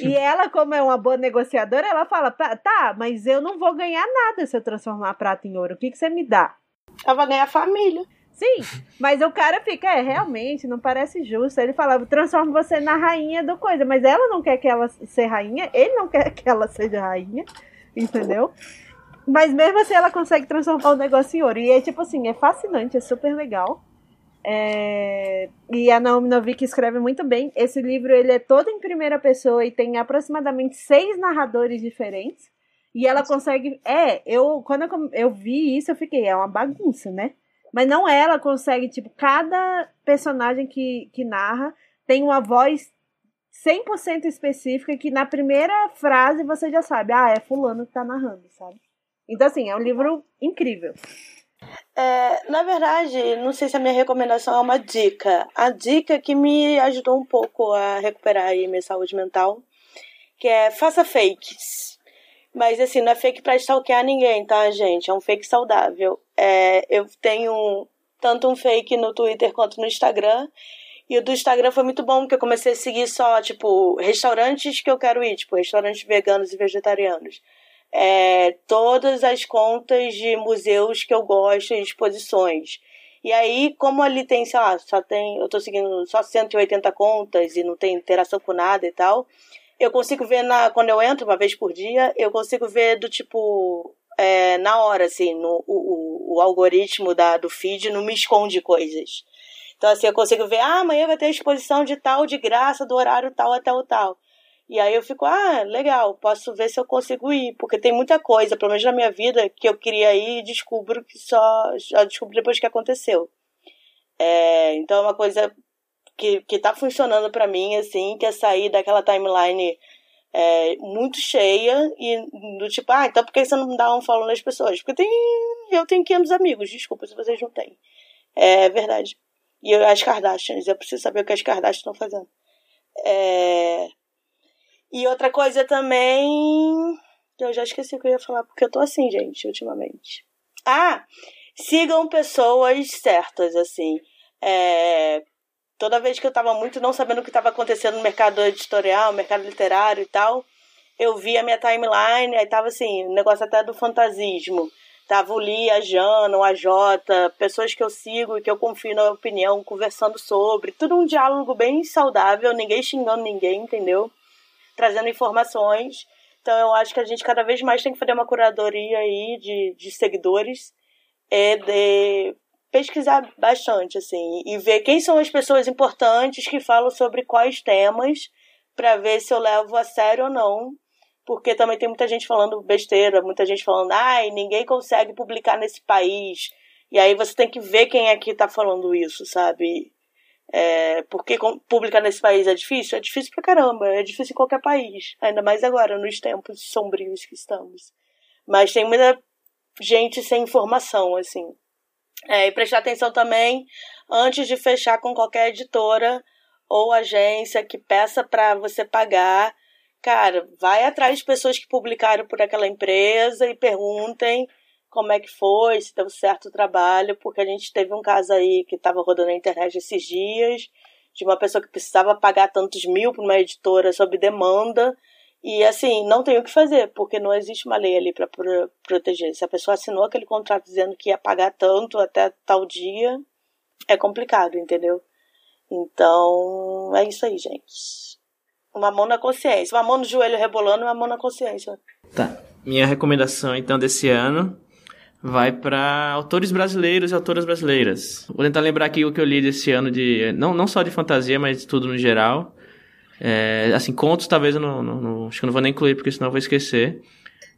S4: e ela, como é uma boa negociadora, ela fala: "Tá, tá, mas eu não vou ganhar nada se eu transformar a prata em ouro. O que que você me dá?"
S1: Ela vai ganhar família.
S4: Sim, mas o cara fica, é, realmente, não parece justo. Ele falava, transforma você na rainha do coisa, mas ela não quer que ela seja rainha, ele não quer que ela seja rainha, entendeu? Mas mesmo assim ela consegue transformar o negócio em ouro. E é tipo assim, é fascinante, é super legal. É, E a Naomi Novik escreve muito bem. Esse livro ele é todo em primeira pessoa e tem aproximadamente seis narradores diferentes. E ela consegue. É, eu quando eu, com- eu vi isso, eu fiquei, é uma bagunça, né? Mas não é, ela consegue, tipo, cada personagem que, que narra tem uma voz 100% específica que na primeira frase você já sabe, ah, é fulano que tá narrando, sabe? Então, assim, é um livro incrível.
S1: É, na verdade, não sei se a minha recomendação é uma dica. A dica que me ajudou um pouco a recuperar aí minha saúde mental, que é faça fakes. Mas assim, não é fake pra stalkear ninguém, tá, gente? É um fake saudável. É, eu tenho tanto um fake no Twitter quanto no Instagram. E o do Instagram foi muito bom, porque eu comecei a seguir só, tipo, restaurantes que eu quero ir, tipo, restaurantes veganos e vegetarianos é, todas as contas de museus que eu gosto e exposições. E aí, como ali tem, sei lá, só tem, eu tô seguindo só 180 contas e não tem interação com nada e tal, eu consigo ver na, quando eu entro, uma vez por dia, eu consigo ver do tipo, é, na hora, assim, no, o, o, o algoritmo da, do feed não me esconde coisas. Então, assim, eu consigo ver, ah, amanhã vai ter exposição de tal, de graça, do horário tal até o tal. E aí eu fico, ah, legal, posso ver se eu consigo ir, porque tem muita coisa, pelo menos na minha vida, que eu queria ir e descubro que só, só descubro depois que aconteceu. É, então é uma coisa que, que tá funcionando pra mim, assim, que é sair daquela timeline é, muito cheia e do tipo, ah, então por que você não dá um follow nas pessoas? Porque tem, eu tenho 500 amigos, desculpa se vocês não têm. É verdade. E eu- as Kardashians, eu preciso saber o que as Kardashians estão fazendo. É... E outra coisa também. Eu já esqueci o que eu ia falar, porque eu tô assim, gente, ultimamente. Ah! Sigam pessoas certas, assim. É, Toda vez que eu tava muito não sabendo o que tava acontecendo no mercado editorial, mercado literário e tal, eu via minha timeline, aí tava assim, um negócio até do fantasismo. Tava o Lia, a Jana, o AJ, pessoas que eu sigo e que eu confio na opinião, conversando sobre. Tudo um diálogo bem saudável, ninguém xingando ninguém, entendeu? Trazendo informações. Então eu acho que a gente cada vez mais tem que fazer uma curadoria aí de, de seguidores. É de pesquisar bastante, assim, e ver quem são as pessoas importantes que falam sobre quais temas, para ver se eu levo a sério ou não. Porque também tem muita gente falando besteira, muita gente falando, ai, ninguém consegue publicar nesse país. E aí você tem que ver quem é que tá falando isso, sabe? É, porque com- publicar nesse país é difícil? É difícil pra caramba, é difícil em qualquer país. Ainda mais agora, nos tempos sombrios que estamos. Mas tem muita gente sem informação, assim. É, e prestar atenção também antes de fechar com qualquer editora ou agência que peça para você pagar. Cara, vai atrás de pessoas que publicaram por aquela empresa e perguntem como é que foi, se deu certo o trabalho, porque a gente teve um caso aí que estava rodando na internet esses dias, de uma pessoa que precisava pagar tantos mil para uma editora sob demanda. E assim, não tem o que fazer, porque não existe uma lei ali para proteger. Se a pessoa assinou aquele contrato dizendo que ia pagar tanto até tal dia, é complicado, entendeu? Então, é isso aí, gente. Uma mão na consciência, uma mão no joelho rebolando e uma mão na consciência.
S3: Tá. Minha recomendação, então, desse ano vai para autores brasileiros e autoras brasileiras. Vou tentar lembrar aqui o que eu li desse ano de... Não, não só de fantasia, mas de tudo no geral. É, assim, contos talvez eu não, não- não- Acho que eu não vou nem incluir, porque senão eu vou esquecer.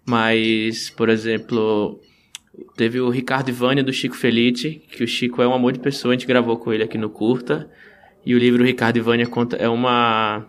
S3: Mas, por exemplo... Teve o Ricardo Ivânia do Chico Felice, que o Chico é um amor de pessoa, a gente gravou com ele aqui no Curta. E o livro Ricardo Ivânia conta, é uma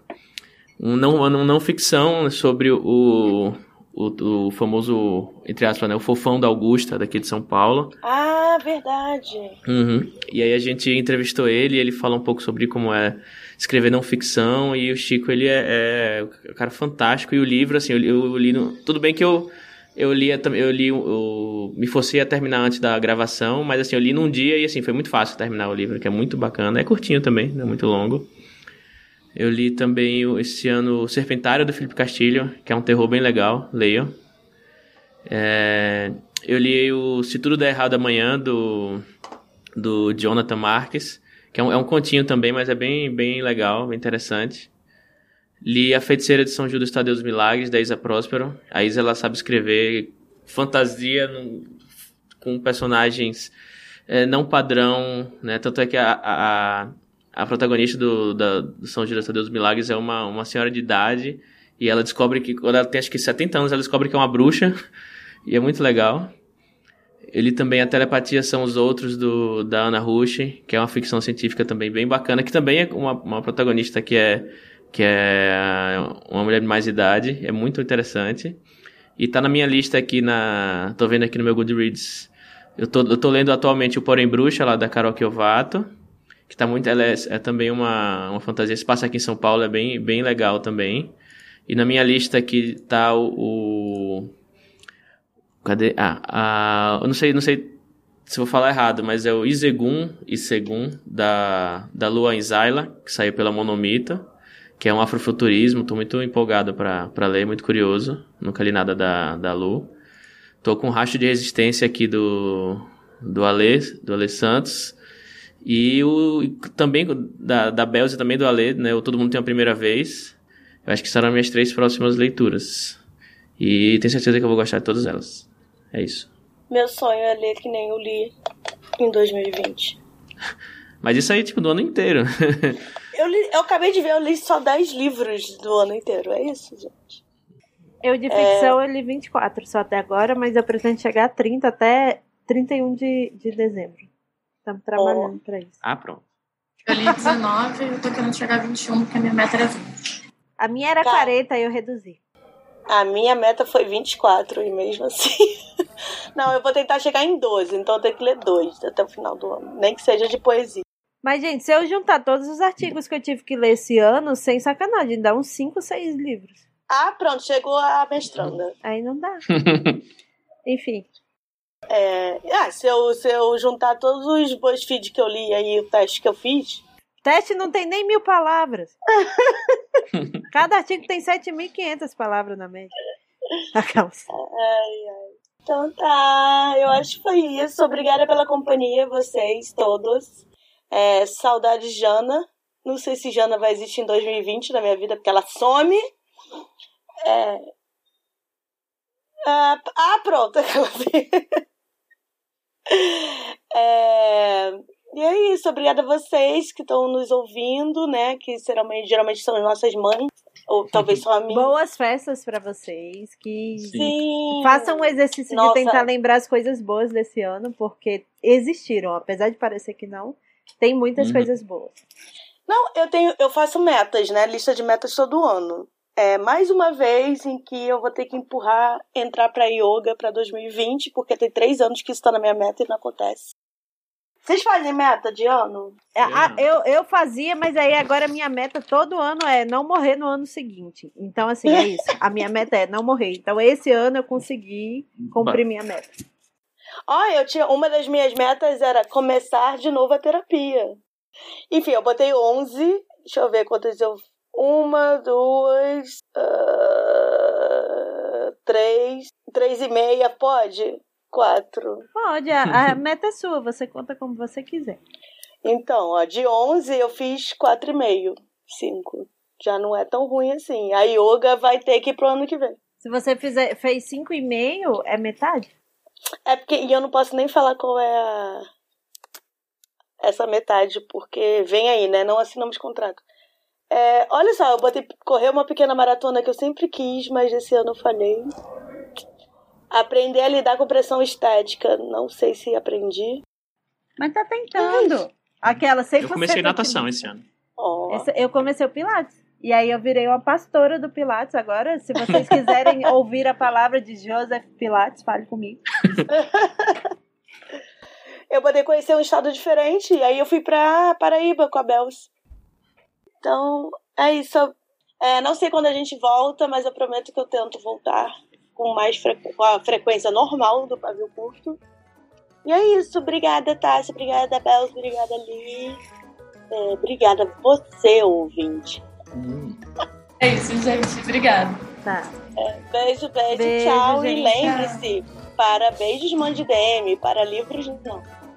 S3: um não, uma não ficção sobre o, o, o famoso, entre aspas, né, o fofão da Augusta, daqui de São Paulo.
S1: Ah, verdade.
S3: Uhum. E aí a gente entrevistou ele, ele fala um pouco sobre como é escrever não ficção, e o Chico, ele é, é um cara fantástico, e o livro, assim, eu, eu li, no- tudo bem que eu, eu li, a- eu li, eu me forcei a terminar antes da gravação, mas assim, eu li num dia, e assim, foi muito fácil terminar o livro, que é muito bacana, é curtinho também, não é muito longo. Eu li também o- esse ano o Serpentário do Felipe Castilho, que é um terror bem legal, leiam. É, eu li o Se Tudo Der Errado Amanhã, do, do Jonathan Marques, que é um, é um continho também, mas é bem, bem legal, bem interessante. Li A Feiticeira de São Judas Tadeu dos Milagres, da Isa Próspero. A Isa, ela sabe escrever fantasia num- com personagens é, não padrão, né? Tanto é que a, a, a- a protagonista do, da, do São Judas Tadeu dos Milagres é uma, uma senhora de idade e ela descobre que, quando ela tem acho que 70 anos, ela descobre que é uma bruxa e é muito legal. Ele também, a Telepatia São os Outros, do, da Ana Rush, que é uma ficção científica também bem bacana, que também é uma, uma protagonista que é, que é uma mulher de mais idade, é muito interessante. E tá na minha lista aqui na. tô vendo aqui no meu Goodreads. Eu tô, eu tô lendo atualmente o Porém Bruxa, lá da Carol Kiovato, que tá muito. Ela é, é também uma, uma fantasia, se passa aqui em São Paulo, é bem, bem legal também. E na minha lista aqui tá o- o Cadê? Ah, ah, eu não sei, não sei se eu vou falar errado, mas é o Isegun Isegun da da Lua Inzaila, que saiu pela Monomita, que é um afrofuturismo, tô muito empolgado pra para ler, muito curioso, nunca li nada da da Lu. Tô com um racho de resistência aqui do do Ale, do Ale Santos. E o e também da da Belze também do Ale, né? O Todo mundo tem a primeira vez. Eu acho que serão minhas três próximas leituras. E tenho certeza que eu vou gostar de todas elas. É isso.
S1: Meu sonho é ler que nem eu li em 2020.
S3: Mas isso aí, tipo, do ano inteiro.
S1: Eu, li, eu acabei de ver, eu li só 10 livros do ano inteiro. É isso, gente.
S4: Eu de ficção eu li 24 só até agora, mas eu pretendo chegar a 30 até 31 de, de dezembro. Estamos trabalhando pra isso.
S3: ah, pronto.
S2: Eu li 19 e eu tô querendo chegar a 21, porque a minha meta era 20.
S4: A minha era
S1: Tá.
S4: 40 e eu reduzi.
S1: A minha meta foi 24, e mesmo assim. Não, eu vou tentar chegar em 12, então eu tenho que ler dois até o final do ano. Nem que seja de poesia.
S4: Mas, gente, se eu juntar todos os artigos que eu tive que ler esse ano, sem sacanagem, dá uns 5, 6 livros.
S1: Ah, pronto, chegou a mestranda.
S4: Aí não dá. Enfim.
S1: Ah, se eu, se eu juntar todos os boas feeds que eu li aí, o teste que eu fiz,
S4: Teste não tem nem mil palavras. Cada artigo tem 7.500 palavras na média. Acalma.
S1: Então tá, eu acho que foi isso. Obrigada pela companhia, vocês todos. É, saudade Jana. Não sei se Jana vai existir em 2020 na minha vida, porque ela some. É... Ah, ah, pronto. é... E é isso, obrigada a vocês que estão nos ouvindo, né? Que geralmente, geralmente são as nossas mães, ou talvez são a minha.
S4: Boas festas pra vocês. Que
S1: Sim.
S4: façam um exercício
S1: Nossa.
S4: de tentar lembrar as coisas boas desse ano, porque existiram, apesar de parecer que não. Tem muitas
S5: Uhum.
S4: coisas boas.
S1: Não, eu tenho, eu faço metas, né? Lista de metas todo ano. É mais uma vez em que eu vou ter que empurrar entrar pra yoga pra 2020, porque tem três anos que isso tá na minha meta e não acontece. Vocês fazem meta de ano?
S4: É, a-
S3: não.
S4: Eu, eu fazia, mas aí agora minha meta todo ano é não morrer no ano seguinte. Então, assim, é isso. A minha meta é não morrer. Então, esse ano eu consegui cumprir minha meta.
S1: Ó, eu tinha uma das minhas metas era começar de novo a terapia. Enfim, eu botei 11. Deixa eu ver quantas eu. Uma, duas, ah, três, três e meia, pode? Quatro.
S4: Pode, a, a meta é sua, você conta como você quiser.
S1: Então, ó, de 11 eu fiz quatro e meio, cinco. Já não é tão ruim assim. A yoga vai ter que ir pro ano que vem.
S4: Se você fizer, fez 5,5, é metade?
S1: É porque e eu não posso nem falar qual é a... essa metade, porque vem aí, né? Não assinamos contrato. É, olha só, eu botei correr uma pequena maratona que eu sempre quis, mas esse ano eu falhei. Aprender a lidar com pressão estética, não sei se aprendi.
S4: Mas tá tentando. Aquela, sei tá
S3: Eu comecei natação esse ano.
S1: Ó,
S4: Eu comecei o Pilates. E aí eu virei uma pastora do Pilates agora. Se vocês quiserem ouvir a palavra de Joseph Pilates, fale comigo.
S1: Eu botei conhecer um estado diferente, e aí eu fui pra Paraíba com a Bels. Então, é isso. É, não sei quando a gente volta, mas eu prometo que eu tento voltar com mais frequ- com a frequência normal do pavio curto. E é isso. Obrigada, Tássia. Obrigada, Bels. Obrigada, Li. É, obrigada você, ouvinte.
S3: Hum.
S2: É isso, gente. Obrigada.
S4: Tá.
S1: Beijo, beijo,
S4: Beijo,
S1: tchau.
S4: gente,
S1: e lembre-se, para beijos mande DM, para livros não.